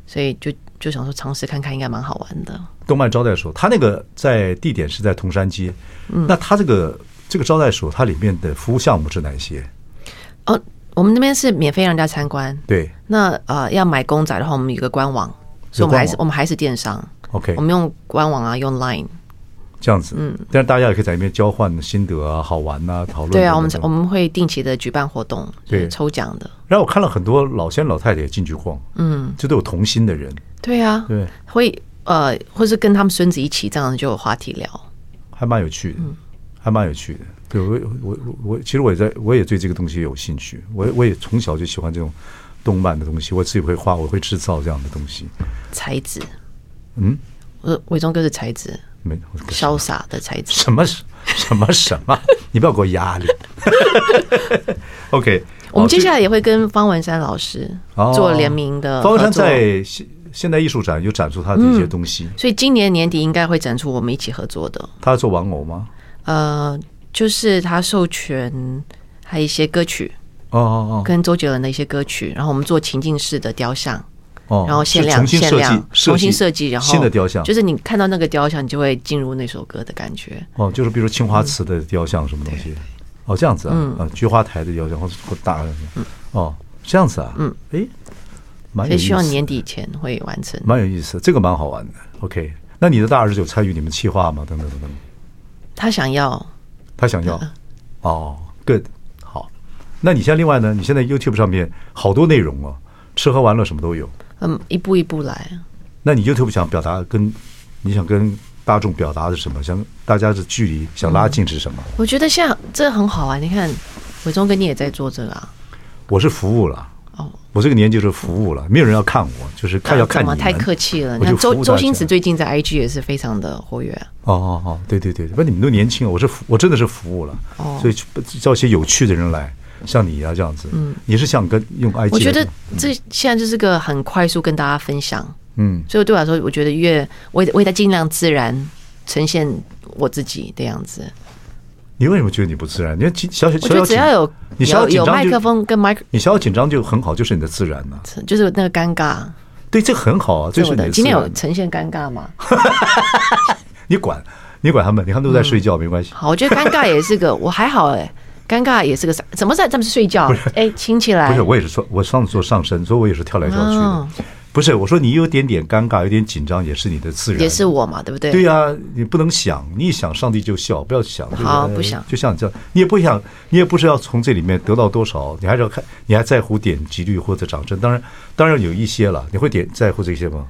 Speaker 2: 所以就就想说尝试看看，应该蛮好玩的。
Speaker 1: 动漫招待所，它那个在地点是在铜山街。
Speaker 2: 嗯
Speaker 1: 那它这个这个招待所，它里面的服务项目是哪些？
Speaker 2: 哦，我们那边是免费让人家参观。
Speaker 1: 对
Speaker 2: 那呃，要买公仔的话，我们有一个官网，所以我们还是
Speaker 1: 官网
Speaker 2: 我们还是电商。
Speaker 1: ，OK，
Speaker 2: 我们用官网啊，用 Line。
Speaker 1: 这样子。嗯，但是大家也可以在里面交换心得啊、好玩啊、讨论。
Speaker 2: 对啊，我们
Speaker 1: 等等
Speaker 2: 我们会定期的举办活动，就是
Speaker 1: 对
Speaker 2: 抽奖的。
Speaker 1: 然后我看了很多老先生老太太也进去逛，嗯，这都有童心的人，
Speaker 2: 对啊，
Speaker 1: 对，
Speaker 2: 会呃，或是跟他们孙子一起，这样就有话题聊。
Speaker 1: 还蛮有趣
Speaker 2: 嗯
Speaker 1: 的，还蛮有趣的。对我我我我，其实我也在我也对这个东西有兴趣，我我也从小就喜欢这种动漫的东西，我自己会画，我会制造这样的东西。
Speaker 2: 才子，
Speaker 1: 嗯，
Speaker 2: 我说伟忠哥是才子，
Speaker 1: 没
Speaker 2: 潇洒的才子。
Speaker 1: 什么什什么什 么？你不要给我压力。OK，
Speaker 2: 我们接下
Speaker 1: 来
Speaker 2: 来也会跟方文山老师做联名的
Speaker 1: 哦方
Speaker 2: 合
Speaker 1: 文山
Speaker 2: 作，嗯
Speaker 1: 在现现代艺术展有展出他的一些东西，
Speaker 2: 所以今年年底应该会展出我们一起合作的。
Speaker 1: 他做玩偶吗？
Speaker 2: 呃，就是他授权还有一些歌曲，
Speaker 1: 哦哦哦
Speaker 2: 跟周杰伦的一些歌曲，然后我们做情境式的雕像，
Speaker 1: 哦，
Speaker 2: 然后限
Speaker 1: 是
Speaker 2: 量
Speaker 1: 重新
Speaker 2: 限
Speaker 1: 设
Speaker 2: 量
Speaker 1: 计，
Speaker 2: 重新设计，然后
Speaker 1: 新的雕像，
Speaker 2: 就是你看到那个雕像，你就会进入那首歌的感觉。
Speaker 1: 哦，就是比如说青
Speaker 2: 嗯
Speaker 1: 花瓷的雕像什么东西，哦这样子啊，啊菊花台的雕像或者或大的，哦这样子啊，嗯，哎，蛮
Speaker 2: 嗯
Speaker 1: 有
Speaker 2: 所以
Speaker 1: 意思
Speaker 2: 希望年底前会完成。
Speaker 1: 蛮有意思，这个蛮好玩的。OK，那你的大儿子有参与你们企划吗？等等等等。
Speaker 2: 他想要，
Speaker 1: 他想
Speaker 2: 嗯
Speaker 1: 要。哦，good，好。那你现在另外呢？你现在 YouTube 上面好多内容啊，吃喝玩乐什么都有。
Speaker 2: 嗯，一步一步来。
Speaker 1: 那你 YouTube 想表达跟你想跟大众表达的是什么？想大家的距离想拉近是什么？
Speaker 2: 我觉得现在这很好啊，你看伟忠哥你也在做这个啊。
Speaker 1: 我是服务了。
Speaker 2: 哦，
Speaker 1: 我这个年纪就是服务了，没有人要看我，就是看要看你
Speaker 2: 啊怎么
Speaker 1: 们。
Speaker 2: 太客气了？
Speaker 1: 我
Speaker 2: 你
Speaker 1: 就
Speaker 2: 看
Speaker 1: 服
Speaker 2: 周
Speaker 1: 务
Speaker 2: 周
Speaker 1: 大家
Speaker 2: 星驰最近在 IG 也是非常的活跃啊、
Speaker 1: 哦哦哦，对对对，不，你们都年轻啊，我是服我真的是服务了，
Speaker 2: 哦
Speaker 1: 所以去叫一些有趣的人来，像你啊这样子，嗯，你是想跟用 IG，
Speaker 2: 我
Speaker 1: 来
Speaker 2: 觉得这现在就是个很快速跟大家分享，
Speaker 1: 嗯，
Speaker 2: 所以对我来说，我觉得越我也我也在尽量自然呈现我自己的样子。
Speaker 1: 你为什么觉得你不自然？你看紧小小小
Speaker 2: 我觉
Speaker 1: 小
Speaker 2: 得只
Speaker 1: 紧
Speaker 2: 要有
Speaker 1: 你小小
Speaker 2: 有
Speaker 1: 紧
Speaker 2: 有
Speaker 1: 张
Speaker 2: 麦
Speaker 1: 就
Speaker 2: 克风跟麦克，
Speaker 1: 你小小紧张就很好，就是你的自然呐、
Speaker 2: 就是那个尴尬，
Speaker 1: 对，这个很好啊，最
Speaker 2: 对我
Speaker 1: 顺
Speaker 2: 的
Speaker 1: 的。
Speaker 2: 今天有呈现尴尬吗？
Speaker 1: 你管你管他们，你看他们都在睡觉，
Speaker 2: 嗯
Speaker 1: 没关系。
Speaker 2: 好，我觉得尴尬也是个，我还好哎、尴尬也是个啥？怎么在这么睡觉？哎、亲起来，
Speaker 1: 不是，我也是说，我上次做上身，所以我也是跳来跳去的
Speaker 2: 哦。
Speaker 1: 不是，我说你有点点尴尬，有点紧张，也是你的自然。
Speaker 2: 也是我嘛，对不对？
Speaker 1: 对呀、你不能想，你一想上帝就笑，不要想。就是
Speaker 2: 好
Speaker 1: 呃
Speaker 2: 不想
Speaker 1: 就像这样，你也不想，你也不是要从这里面得到多少，你还是要看，你还在乎点击率或者掌声。当然，当然有一些了，你会点在乎这些吗？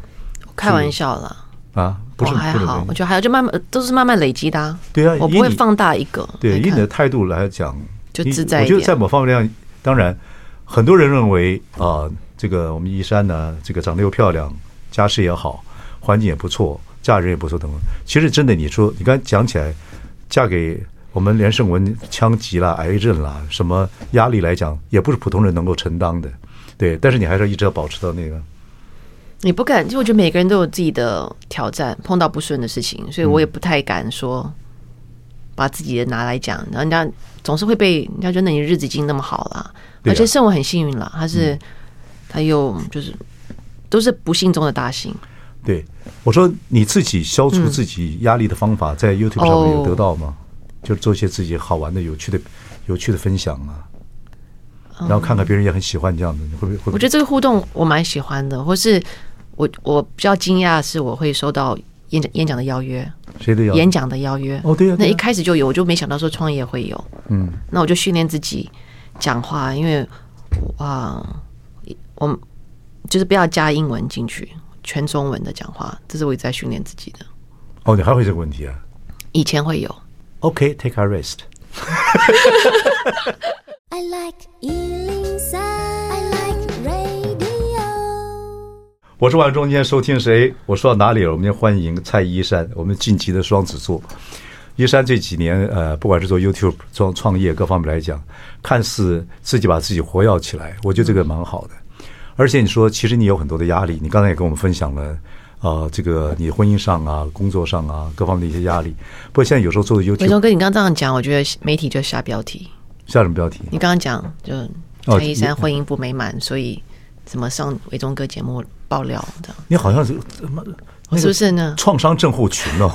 Speaker 2: 我开玩笑啦，
Speaker 1: 啊，
Speaker 2: 我
Speaker 1: 不是，
Speaker 2: 哦还
Speaker 1: 不能
Speaker 2: 好，我
Speaker 1: 这样
Speaker 2: 觉得还好，就慢慢都是慢慢累积的、啊。
Speaker 1: 对啊
Speaker 2: 我
Speaker 1: 以
Speaker 2: 不会
Speaker 1: 你
Speaker 2: 放大一个
Speaker 1: 对，
Speaker 2: 来
Speaker 1: 以你
Speaker 2: 看
Speaker 1: 的态度来讲，
Speaker 2: 就
Speaker 1: 你
Speaker 2: 自在一
Speaker 1: 我觉得
Speaker 2: 点
Speaker 1: 在某方面上，当然，很多人认为啊、这个我们依山呢，这个长得又漂亮，家世也好，环境也不错，嫁人也不错等等。其实真的，你说你刚才讲起来，嫁给我们连胜文，枪击啦、癌症啦，什么压力来讲，也不是普通人能够承担的。对，但是你还是要一直要保持到那个。
Speaker 2: 你不敢，就我觉得每个人都有自己的挑战，碰到不顺的事情，所以我也不太敢说把自己的拿来讲，然后人家总是会被人家觉得你日子已经那么好了，
Speaker 1: 对啊嗯
Speaker 2: 而且圣文很幸运了，他是、他又就是都是不幸中的大幸，
Speaker 1: 对，我说你自己消除自己压力的方法，在 YouTube 上
Speaker 2: 哦
Speaker 1: 面有得到吗？就是做一些自己好玩的、有趣的、有趣的分享啊，然后看看别人也很喜欢这样的，你会不会？会不
Speaker 2: 嗯我
Speaker 1: 会
Speaker 2: 觉得这个互动我蛮喜欢的，或是我我比较惊讶的是我会收到演讲演讲的邀约，
Speaker 1: 谁的要
Speaker 2: 演讲的邀约。
Speaker 1: 哦对啊对啊
Speaker 2: 那一开始就有，我就没想到说创业会有。嗯，那我就训练自己讲话，因为哇，我就是不要加英文进去，全中文的讲话，这是我一直在训练自己的。
Speaker 1: 哦，你还会这个问题啊
Speaker 2: 以前会有，
Speaker 1: ？OK，take、a rest。
Speaker 3: I like Ealing Sound. I like radio.
Speaker 1: 我是万忠，今天收听谁？我说到哪里了？我们今天欢迎蔡依珊，我们晋级的双子座。依珊这几年，呃，不管是做 YouTube、做创业各方面来讲，看似自己把自己活跃起来，我觉得这个蛮好的。而且你说，其实你有很多的压力，你刚才也跟我们分享了，呃，这个你婚姻上啊、工作上啊各方面的一些压力。不过现在有时候做的
Speaker 2: 伟
Speaker 1: YouTube
Speaker 2: 忠哥，你刚刚这样讲，我觉得媒体就下标题。
Speaker 1: 下什么标题？
Speaker 2: 你刚刚讲就
Speaker 1: 哦
Speaker 2: 蔡依
Speaker 1: 你
Speaker 2: 珊婚姻不美满，所以怎么上伟忠哥节目爆料这样？
Speaker 1: 你好像是怎么
Speaker 2: 我是不是呢？
Speaker 1: 创伤症候群哦。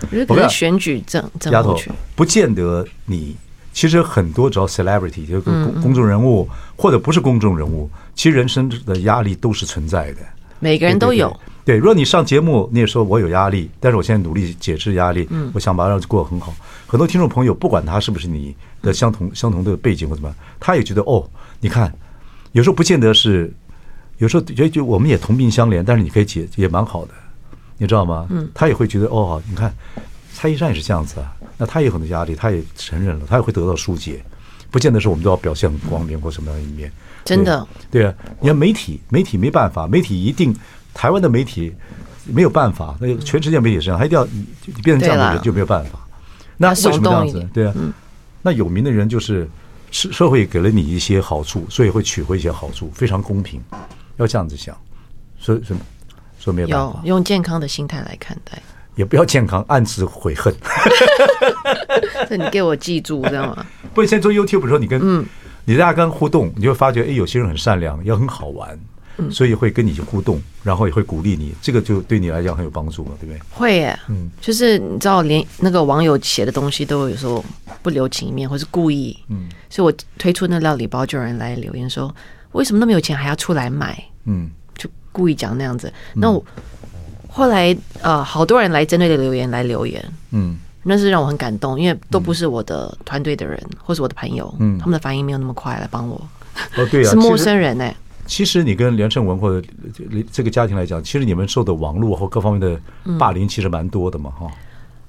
Speaker 2: 我觉得
Speaker 1: 我
Speaker 2: 可
Speaker 1: 跟
Speaker 2: 能
Speaker 1: 你
Speaker 2: 选举政政
Speaker 1: 丫
Speaker 2: 候
Speaker 1: 头
Speaker 2: 群，
Speaker 1: 不见得你其实很多只要 celebrity 就是公公众人物、或者不是公众人物，其实人生的压力都是存在的，
Speaker 2: 每个人都有。
Speaker 1: 对。对，对如果你上节目，你也说我有压力，但是我现在努力解释压力，
Speaker 2: 嗯
Speaker 1: 我想把它让过得很好。很多听众朋友，不管他是不是你的相同相同的背景或怎么样，他也觉得哦，你看，有时候不见得是，有时候也就我们也同病相怜，但是你可以解也蛮好的，你知道吗？嗯，他也会觉得哦，你看蔡依珊也是这样子啊，那他也有很多压力，他也承认了，他也会得到疏解，不见得是我们都要表现很光明或什么样的一面。
Speaker 2: 真的
Speaker 1: 对，对啊，你看媒体，媒体没办法，媒体一定台湾的媒体没有办法，那个全世界媒体身上，他一定要你你变成这样
Speaker 2: 对
Speaker 1: 的
Speaker 2: 啦
Speaker 1: 人就没有办法。那为什么这样
Speaker 2: 耸动一
Speaker 1: 子
Speaker 2: 点？嗯
Speaker 1: 对啊，那有名的人就是社社会给了你一些好处，所以会取回一些好处，非常公平，要这样子想，所以所以所以没有办
Speaker 2: 有
Speaker 1: 法，
Speaker 2: 用健康的心态来看待。
Speaker 1: 也不要健康，暗自悔恨。
Speaker 2: 这你给我记住，知道 吗？
Speaker 1: 不过现在做 YouTube 的时候，你跟
Speaker 2: 嗯
Speaker 1: 你大家跟互动，你就会发觉，哎，有些人很善良，也很好玩，
Speaker 2: 嗯
Speaker 1: 所以会跟你去互动，然后也会鼓励你，这个就对你来讲很有帮助嘛，对不对？
Speaker 2: 会耶，
Speaker 1: 嗯
Speaker 2: 就是你知道，连那个网友写的东西都有时候不留情面，或是故意。嗯，所以我推出那料理包，就有人来留言说，为什么那么有钱还要出来买？
Speaker 1: 嗯，
Speaker 2: 就故意讲那样子。那我后来呃，好多人来针对的留言来留言，
Speaker 1: 嗯，
Speaker 2: 那是让我很感动，因为都不是我的团队的人，或是我的朋友，
Speaker 1: 嗯
Speaker 2: 他们的反应没有那么快来帮我，
Speaker 1: 哦，对啊，
Speaker 2: 是陌
Speaker 1: 其实
Speaker 2: 生人哎、
Speaker 1: 其实你跟梁胜文或者这个家庭来讲，其实你们受的网络或各方面的
Speaker 2: 嗯
Speaker 1: 霸凌其实蛮多的嘛，哈、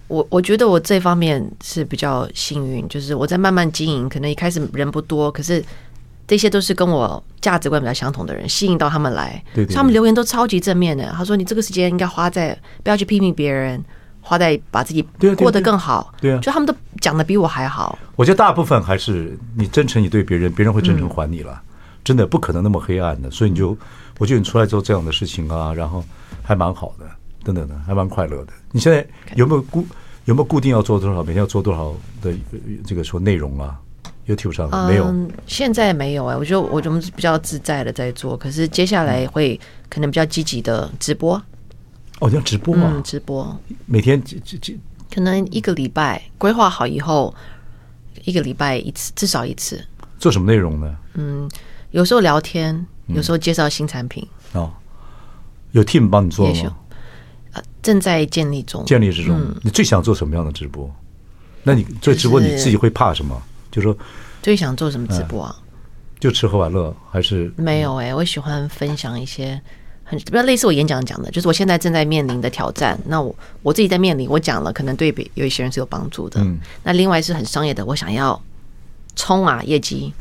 Speaker 2: 我我觉得我这方面是比较幸运，就是我在慢慢经营，可能一开始人不多，可是这些都是跟我价值观比较相同的人吸引到他们来，
Speaker 1: 对对对
Speaker 2: 所以他们留言都超级正面的。他说：“你这个时间应该花在不要去批评别人，花在把自己
Speaker 1: 对啊对啊
Speaker 2: 过得更好。
Speaker 1: 对啊
Speaker 2: 就他们都讲的比我还好。
Speaker 1: 我觉得大部分还是你真诚你对别人，别人会真诚还你了，
Speaker 2: 嗯
Speaker 1: 真的不可能那么黑暗的，所以你就，我觉得你出来做这样的事情啊，然后还蛮好的，等等的，还蛮快乐的。你现在有没有固有没有固定要做多少，每天要做多少的呃这个说内容啊？ YouTube 上没有？
Speaker 2: 嗯，现在没有哎、我就我就我们是比较自在的在做，可是接下
Speaker 1: 嗯
Speaker 2: 来会可能比较积极的直播，
Speaker 1: 哦，你要直播
Speaker 2: 嗯，
Speaker 1: 啊？
Speaker 2: 直播
Speaker 1: 每天几几几
Speaker 2: 可能一个礼拜规划好以后，一个礼拜一次，至少一次。
Speaker 1: 做什么内容呢？
Speaker 2: 有时候聊天，
Speaker 1: 嗯
Speaker 2: 有时候介绍新产品，
Speaker 1: 哦，有 team 帮你做
Speaker 2: 也许
Speaker 1: 吗？
Speaker 2: 正在建立中。嗯
Speaker 1: 建立之中，你最想做什么样的直播？那你做直播
Speaker 2: 就是
Speaker 1: 你自己会怕什么？就说
Speaker 2: 最想做什么直播啊？
Speaker 1: 就吃喝玩乐，还是
Speaker 2: 没有哎、我喜欢分享一些很比较类似我演讲讲的，就是我现在正在面临的挑战。那我我自己在面临，我讲了，可能对别有一些人是有帮助的。
Speaker 1: 嗯
Speaker 2: 那另外是很商业的，我想要冲啊 业绩，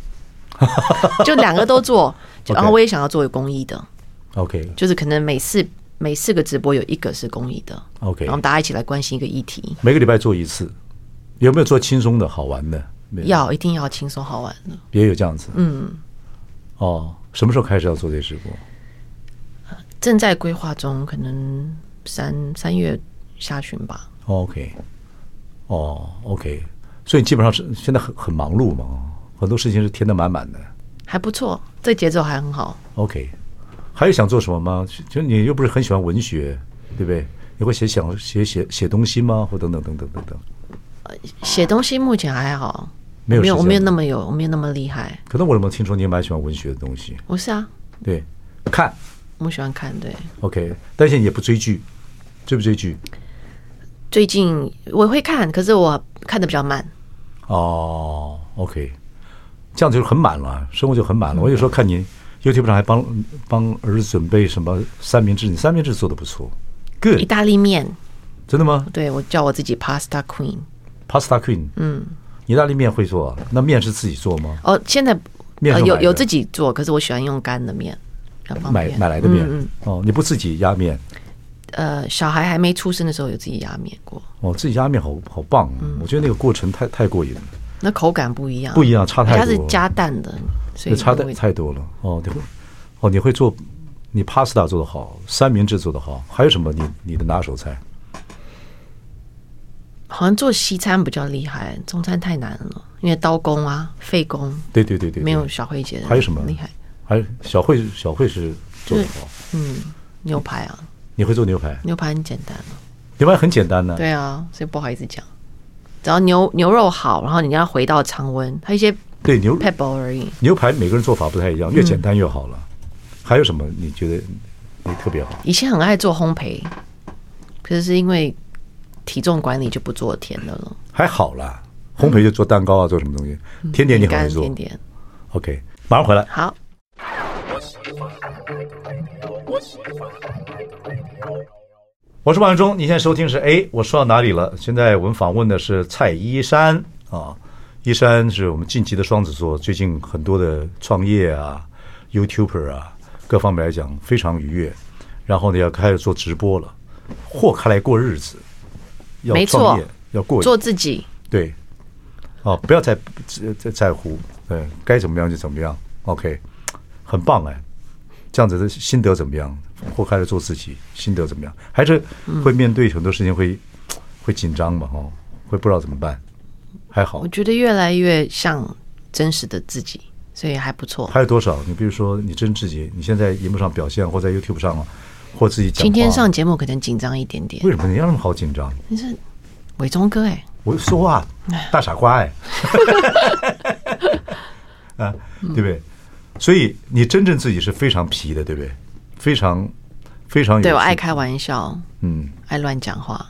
Speaker 2: 就两个都做。就
Speaker 1: OK
Speaker 2: 然后我也想要做有公益的，
Speaker 1: OK
Speaker 2: 就是可能每次每四个直播有一个是公益的，
Speaker 1: OK？
Speaker 2: 然后大家一起来关心一个议题，
Speaker 1: 每个礼拜做一次，有没有做轻松的好玩的？没有
Speaker 2: 要一定要轻松好玩的。
Speaker 1: 也有这样子。嗯，哦，什么时候开始要做这直播？
Speaker 2: 正在规划中，可能三三月下旬吧。
Speaker 1: OK，哦，OK，所以基本上是现在很很忙碌嘛，哦很多事情是填得满满的。
Speaker 2: 还不错，这节奏还很好。
Speaker 1: OK，还有想做什么吗？就你又不是很喜欢文学，对不对？你会写想写写写东西吗？或等等等等等等。
Speaker 2: 写东西目前还好，
Speaker 1: 没有
Speaker 2: 没有，
Speaker 1: 时
Speaker 2: 我
Speaker 1: 间
Speaker 2: 没有那么有，我没有那么厉害。
Speaker 1: 可能我有没有听说你也蛮喜欢文学的东西？
Speaker 2: 我是啊，
Speaker 1: 对，看
Speaker 2: 我喜欢看。对，
Speaker 1: OK，但是你也不追剧，追不追剧？
Speaker 2: 最近我会看，可是我看的比较慢。
Speaker 1: 哦，OK，这样就很满了，生活就很满
Speaker 2: 嗯
Speaker 1: 了。我有时候看你 YouTube 上还帮帮儿子准备什么三明治，你三明治做的不错
Speaker 2: 意
Speaker 1: ，Good，
Speaker 2: 大利面，
Speaker 1: 真的吗
Speaker 2: 对我叫我自己 Pasta Queen。
Speaker 1: ？Pasta Queen，嗯，意大利面会做啊？那面是自己做吗？
Speaker 2: 哦，现在
Speaker 1: 面是买
Speaker 2: 有
Speaker 1: 的
Speaker 2: 有自己做，可是我喜欢用干的面，比较方
Speaker 1: 买
Speaker 2: 便。
Speaker 1: 买来的面、
Speaker 2: 嗯嗯
Speaker 1: 哦，你不自己压面
Speaker 2: 呃，小孩还没出生的时候有自己压面过，
Speaker 1: 哦，自己压面好好棒、啊，
Speaker 2: 嗯
Speaker 1: 我觉得那个过程太太过瘾了，
Speaker 2: 那口感不一样，
Speaker 1: 不一样差太
Speaker 2: 它是
Speaker 1: 多了
Speaker 2: 加蛋的，所以
Speaker 1: 那差
Speaker 2: 味
Speaker 1: 太太多了哦。你会哦，你会做你 pasta 做的好，三明治做的好，还有什么你你的拿手菜？
Speaker 2: 好像做西餐比较厉害，中餐太难了，因为刀工啊、费工
Speaker 1: 对对对对对
Speaker 2: 没有小慧姐的
Speaker 1: 还有什么
Speaker 2: 厉害？
Speaker 1: 还有小慧，小慧是做的好，
Speaker 2: 牛排啊，
Speaker 1: 你会做牛排，
Speaker 2: 牛排很简单啊
Speaker 1: 牛排很简单呢、
Speaker 2: 对啊，所以不好意思讲。只要牛牛肉好，然后你要回到常温，它一些
Speaker 1: 对牛
Speaker 2: pebble 而已。
Speaker 1: 牛排每个人做法不太一样，
Speaker 2: 嗯
Speaker 1: 越简单越好了。还有什么你觉得你特别好？
Speaker 2: 以前很爱做烘焙，可是是因为体重管理就不做甜的了，
Speaker 1: 还好啦，烘焙就做蛋糕啊，做什么东西？甜点你
Speaker 2: 饼
Speaker 1: 很会
Speaker 2: 嗯干
Speaker 1: 做
Speaker 2: 甜点。
Speaker 1: ，OK，马上回来。
Speaker 2: 好，
Speaker 1: 我是王永忠，你现在收听是哎，我说到哪里了？现在我们访问的是蔡依珊啊，依珊是我们晋级的双子座，最近很多的创业啊、YouTuber 啊，各方面来讲非常愉悦。然后呢，要开始做直播了，豁开来过日子，要
Speaker 2: 没错
Speaker 1: 创业，要过
Speaker 2: 做自己。
Speaker 1: 对，哦，不要再在在在乎，对，该怎么样就怎么样，OK，很棒哎，这样子的心得怎么样？或开始做自己，心得怎么样？还是会面对很多事情会会紧张嘛，哦，会不知道怎么办，还好
Speaker 2: 我，觉得越来越像真实的自己，所以还不错。
Speaker 1: 还有多少？你比如说，你真自己，你现在荧幕上表现，或在 YouTube 上啊，或自己讲话，
Speaker 2: 今天上节目可能紧张一点点，
Speaker 1: 为什么你要那么好紧张？
Speaker 2: 但是伟忠哥哎、
Speaker 1: 我说话大傻瓜 哎，啊，对不对？所以你真正自己是非常皮的，对不对？非常非常有
Speaker 2: 对我
Speaker 1: 趣
Speaker 2: 爱开玩笑，
Speaker 1: 嗯，
Speaker 2: 爱乱讲话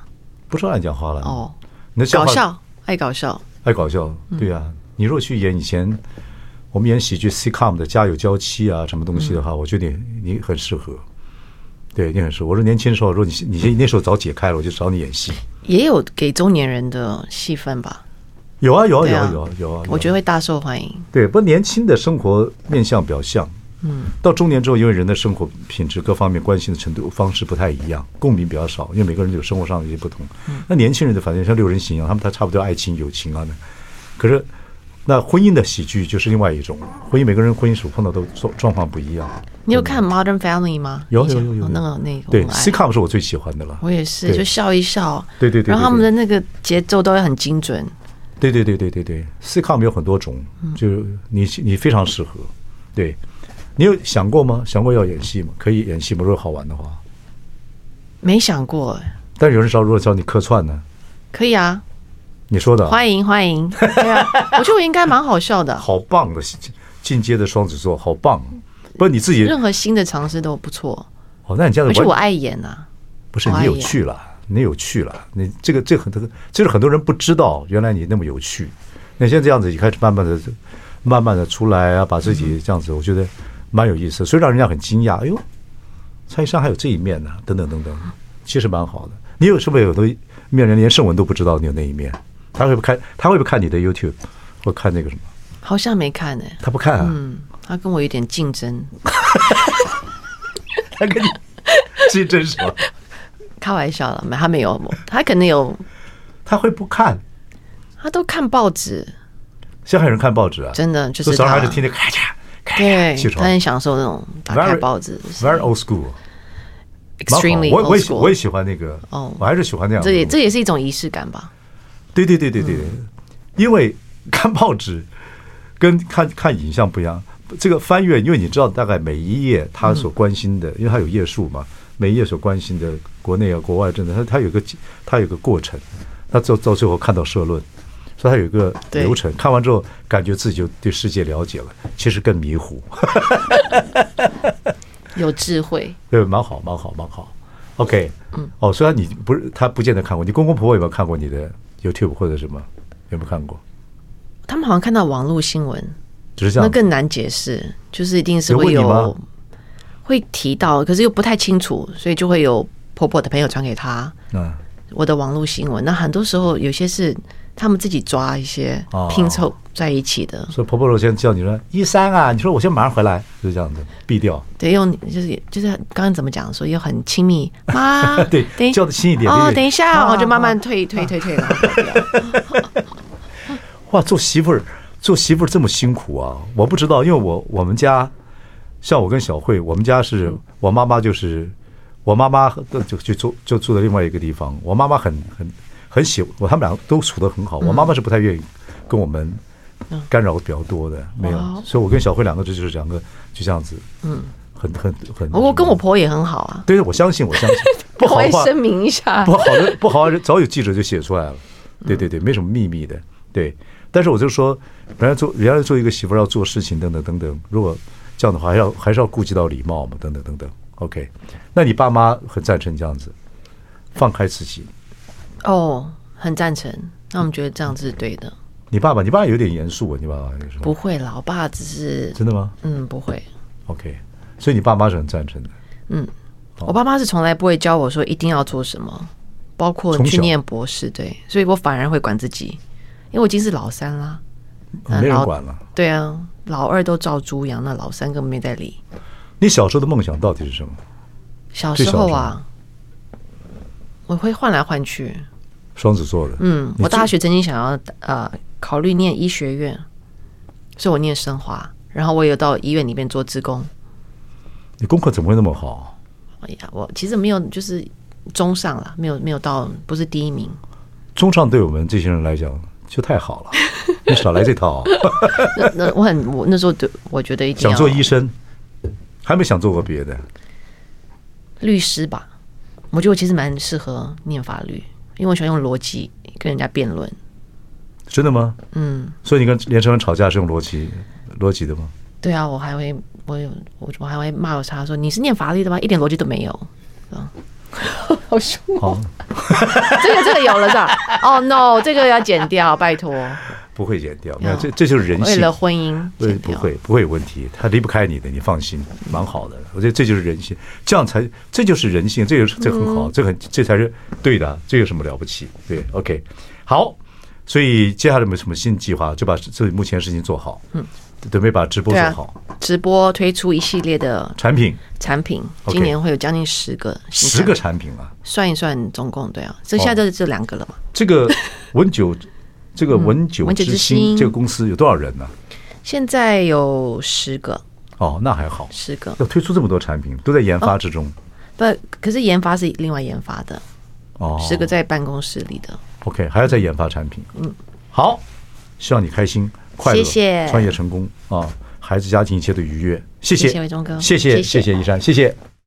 Speaker 1: 不说爱讲话了
Speaker 2: 哦，
Speaker 1: 你的笑
Speaker 2: 搞
Speaker 1: 话
Speaker 2: 笑，嗯爱搞笑，
Speaker 1: 爱搞笑，对呀、你若去演以前我们演喜剧 sitcom 的《家有娇妻》啊，什么东西的话，
Speaker 2: 嗯
Speaker 1: 我觉得你你很适合，对你很适合。我说年轻的时候，如果你你那时候早解开了，我就找你演戏。
Speaker 2: 也有给中年人的戏份吧？
Speaker 1: 有啊有啊
Speaker 2: 对
Speaker 1: 有
Speaker 2: 啊
Speaker 1: 啊有啊有啊，
Speaker 2: 我觉
Speaker 1: 得。
Speaker 2: 得会大受欢迎。
Speaker 1: 对，不过年轻的生活面相比较像，嗯，到中年之后，因为人的生活品质各方面关心的程度方式不太一样，共鸣比较少，因为每个人有生活上的一些不同。
Speaker 2: 嗯
Speaker 1: 那年轻人的反正像六人行一样，他们他差不多爱情、友情啊那，可是那婚姻的喜剧就是另外一种了。婚姻每个人婚姻所碰到的状状况不一样。
Speaker 2: 你有看《Modern Family》吗？
Speaker 1: 嗯有啊
Speaker 2: 以前
Speaker 1: 有有有有
Speaker 2: 哦那个那个
Speaker 1: 对
Speaker 2: 我很爱
Speaker 1: ，sitcom 是我最喜欢的了。
Speaker 2: 我也是，
Speaker 1: 对
Speaker 2: 就笑一笑，
Speaker 1: 对对对对
Speaker 2: 然后他们
Speaker 1: 对
Speaker 2: 的那个节奏都会很精准，
Speaker 1: 对对对对对对，sitcom 有很多种，
Speaker 2: 嗯
Speaker 1: 就是你你非常适合。对你有想过吗？想过要演戏吗？可以演戏吗？如果好玩的话，
Speaker 2: 没想过欸，
Speaker 1: 但有人说如果叫你客串呢，
Speaker 2: 可以啊，
Speaker 1: 你说的啊
Speaker 2: 欢迎 欢迎，对啊，我觉得我应该蛮好笑的，
Speaker 1: 好棒的进阶的双子座，好棒。
Speaker 2: 嗯
Speaker 1: 不是你自己
Speaker 2: 任何新的尝试都不错，
Speaker 1: 哦，那你这样
Speaker 2: 而
Speaker 1: 子
Speaker 2: 且我
Speaker 1: 完
Speaker 2: 爱演啊，
Speaker 1: 不是
Speaker 2: 我
Speaker 1: 你
Speaker 2: 爱
Speaker 1: 有
Speaker 2: 演
Speaker 1: 趣了，你有趣了，你这个这个很多就是很多人不知道，原来你那么有趣。那现在这样子，你开始慢慢的、慢慢的出来啊，把自
Speaker 2: 嗯
Speaker 1: 己这样子，我觉得蛮有意思，所以让人家很惊讶。哎呦，蔡医生还有这一面呢、等等等等，其实蛮好的。你有是不是有的面人连圣文都不知道你有那一面？他会不看？他会不会看你的 YouTube 或看那个什么？
Speaker 2: 好像没看呢、
Speaker 1: 他不看啊，
Speaker 2: 嗯，他跟我有点竞争，
Speaker 1: 他跟你这真是什么？
Speaker 2: 开玩笑了，没他没有，他可能有，
Speaker 1: 他会不看？
Speaker 2: 他都看报纸，
Speaker 1: 现在还有人看报纸啊？
Speaker 2: 真的就是
Speaker 1: 早上
Speaker 2: 他
Speaker 1: 还是听着咔嚓咔嚓
Speaker 2: 对
Speaker 1: 起，
Speaker 2: 他
Speaker 1: 床
Speaker 2: 很享受那种打开
Speaker 1: Very-
Speaker 2: 报纸的声
Speaker 1: ，very
Speaker 2: 音
Speaker 1: old school。蛮好
Speaker 2: ，extremely
Speaker 1: 我我
Speaker 2: old
Speaker 1: 也喜我也
Speaker 2: school，
Speaker 1: 喜欢那个，
Speaker 2: 哦
Speaker 1: 我还是喜欢那样的东
Speaker 2: 这
Speaker 1: 西。
Speaker 2: 也这也嗯是一种仪式感吧。
Speaker 1: 对对对对对对，因为看报纸跟看看影像不一样。 这个翻阅，因为你知道大概每一页他所关心的，因为他有页数嘛，每一页所关心的国内啊、国外政治，他他有个他有个过程，他到到最后看到社论，所以他有一个
Speaker 2: 对
Speaker 1: 流程。看完之后，感觉自己就对世界了解了，其实更迷糊。
Speaker 2: 有智慧，
Speaker 1: 对，蛮好，蛮好，蛮好。OK，嗯，哦，虽然你不是他不见得看过，你公公婆婆有没有看过你的 YouTube 或者什么？有没有看过？
Speaker 2: 他们好像看到网络新闻，
Speaker 1: 只是这
Speaker 2: 那
Speaker 1: 样，
Speaker 2: 更难解释，就是一定是会
Speaker 1: 有问你
Speaker 2: 有
Speaker 1: 吗
Speaker 2: 会提到，可是又不太清楚，所以就会有婆婆的朋友传给她
Speaker 1: 嗯，
Speaker 2: 我的网络新闻。那很多时候有些是他们自己抓一些
Speaker 1: 哦
Speaker 2: 拼凑在一起的，
Speaker 1: 所以婆婆若先叫你说一三啊，你说我先马上回来，就是这样子，避掉。
Speaker 2: 对，用就是就是刚刚怎么讲，说又很亲密，妈，
Speaker 1: 对
Speaker 2: 等一
Speaker 1: 叫得亲一点对
Speaker 2: 哦，
Speaker 1: 对
Speaker 2: 等一下，
Speaker 1: 妈
Speaker 2: 我就慢慢 退退退退了。
Speaker 1: 哇，做媳妇儿，做媳妇儿这么辛苦啊！我不知道，因为我我们家，像我跟小慧，我们家是
Speaker 2: 嗯
Speaker 1: 我妈妈就是我妈妈呃就就住就住在另外一个地方，我妈妈很很很喜我，他们俩都处得很好，我妈妈
Speaker 2: 嗯
Speaker 1: 是不太愿意跟我们干扰比较多的，没有
Speaker 2: 哦，
Speaker 1: 所以我跟小慧两个就是两个就这样子，嗯，很很很，
Speaker 2: 哦我跟我婆婆也很好啊，
Speaker 1: 对，我相信，我相 信，不好
Speaker 2: 我
Speaker 1: 的
Speaker 2: 也
Speaker 1: 话，
Speaker 2: 声明一下
Speaker 1: 不，好的不好的，早有记者就写出来了。对对对，没什么秘密的。对，但是我就说，本来做原来做一个媳妇儿要做事情等等等等，如果这样的话，还要还是要顾及到礼貌嘛，等等等等。OK，那你爸妈很赞成这样子，放开自己。
Speaker 2: 哦，很赞成。那我们觉得这样子是对的，
Speaker 1: 你爸爸，你爸爸有点严肃啊，你爸爸有时候
Speaker 2: 不会啦，我爸只是
Speaker 1: 真的吗
Speaker 2: 嗯，不会。
Speaker 1: ？OK，所以你爸妈是很赞成的。哦
Speaker 2: 我爸妈是从来不会教我说一定要做什么，包括
Speaker 1: 从小
Speaker 2: 去念博士，对，所以我反而会管自己，因为我已经是老三啦，嗯
Speaker 1: 没人
Speaker 2: 老
Speaker 1: 管了。
Speaker 2: 对啊，老二都照猪养，那老三根本没在理。
Speaker 1: 你小时候的梦想到底是什么？
Speaker 2: 小
Speaker 1: 最
Speaker 2: 时
Speaker 1: 小
Speaker 2: 候
Speaker 1: 是
Speaker 2: 啊，我会换来换去，
Speaker 1: 双子座的，
Speaker 2: 嗯，
Speaker 1: 你
Speaker 2: 我
Speaker 1: 最
Speaker 2: 大学曾经想要呃考虑念医学院，所以我念生华，然后我有到医院里面做志工。
Speaker 1: 你功课怎么会那么好？
Speaker 2: 哎呀，我其实没有就是中上啦，没有没有到不是第一名，
Speaker 1: 中上对我们这些人来讲就太好 了，你少来这套、啊。
Speaker 2: 那 那我很我那时候对我觉得一定
Speaker 1: 想
Speaker 2: 要
Speaker 1: 做医生，还没想做过别的。
Speaker 2: 律师吧。我觉得我其实蛮适合念法律，因为我喜欢用逻辑跟人家辩论。
Speaker 1: 真的吗？嗯。所以你跟连城文吵架是用逻辑逻辑的吗？
Speaker 2: 对啊，我还会我有我我还会骂我他说你是念法律的吗？一点逻辑都没有。啊好凶哦！
Speaker 1: 好，
Speaker 2: 这个这个有了是吧？哦、no，这个要剪掉，拜托。
Speaker 1: 不会减掉，没有，这这就是人
Speaker 2: 为
Speaker 1: 性。
Speaker 2: 了婚姻
Speaker 1: 对，
Speaker 2: 剪
Speaker 1: 不
Speaker 2: 掉，
Speaker 1: 会不会有问题，他离不开你的，你放心，蛮好的。我觉得这就是人性，这样才这就是人性，这就是这很
Speaker 2: 嗯
Speaker 1: 好，这很这才是对的，这有什么了不起？对，OK，好。所以接下来有没有什么新计划？就把自己目前的事情做好，嗯，准备把直播
Speaker 2: 对
Speaker 1: 做
Speaker 2: 啊
Speaker 1: 好，，
Speaker 2: 直播推出一系列的
Speaker 1: 产品
Speaker 2: 产品，
Speaker 1: OK
Speaker 2: 今年会有将近十个新
Speaker 1: 十
Speaker 2: 产
Speaker 1: 个哦
Speaker 2: 品，
Speaker 1: 产品啊，
Speaker 2: 算一算总共对啊，剩下的就两个了嘛。
Speaker 1: 这 个文九，这个文九
Speaker 2: 嗯文九
Speaker 1: 之
Speaker 2: 之
Speaker 1: 星
Speaker 2: 星
Speaker 1: 这个公司有多少人呢？
Speaker 2: 现在有十个，
Speaker 1: 哦，那还好，
Speaker 2: 十个，
Speaker 1: 要推出这么多产品，都在研
Speaker 2: 哦
Speaker 1: 发之中。
Speaker 2: 不，可是研发是另外研发的，
Speaker 1: 哦，
Speaker 2: 十个在办公室里的，
Speaker 1: OK，还要再研发产品。嗯，好，希望你开心快乐，
Speaker 2: 谢谢
Speaker 1: 创业成功啊，孩子家庭一切的愉悦。谢谢
Speaker 2: 谢谢伟忠哥
Speaker 1: 谢谢
Speaker 2: 谢谢
Speaker 1: 谢谢依珊，谢谢。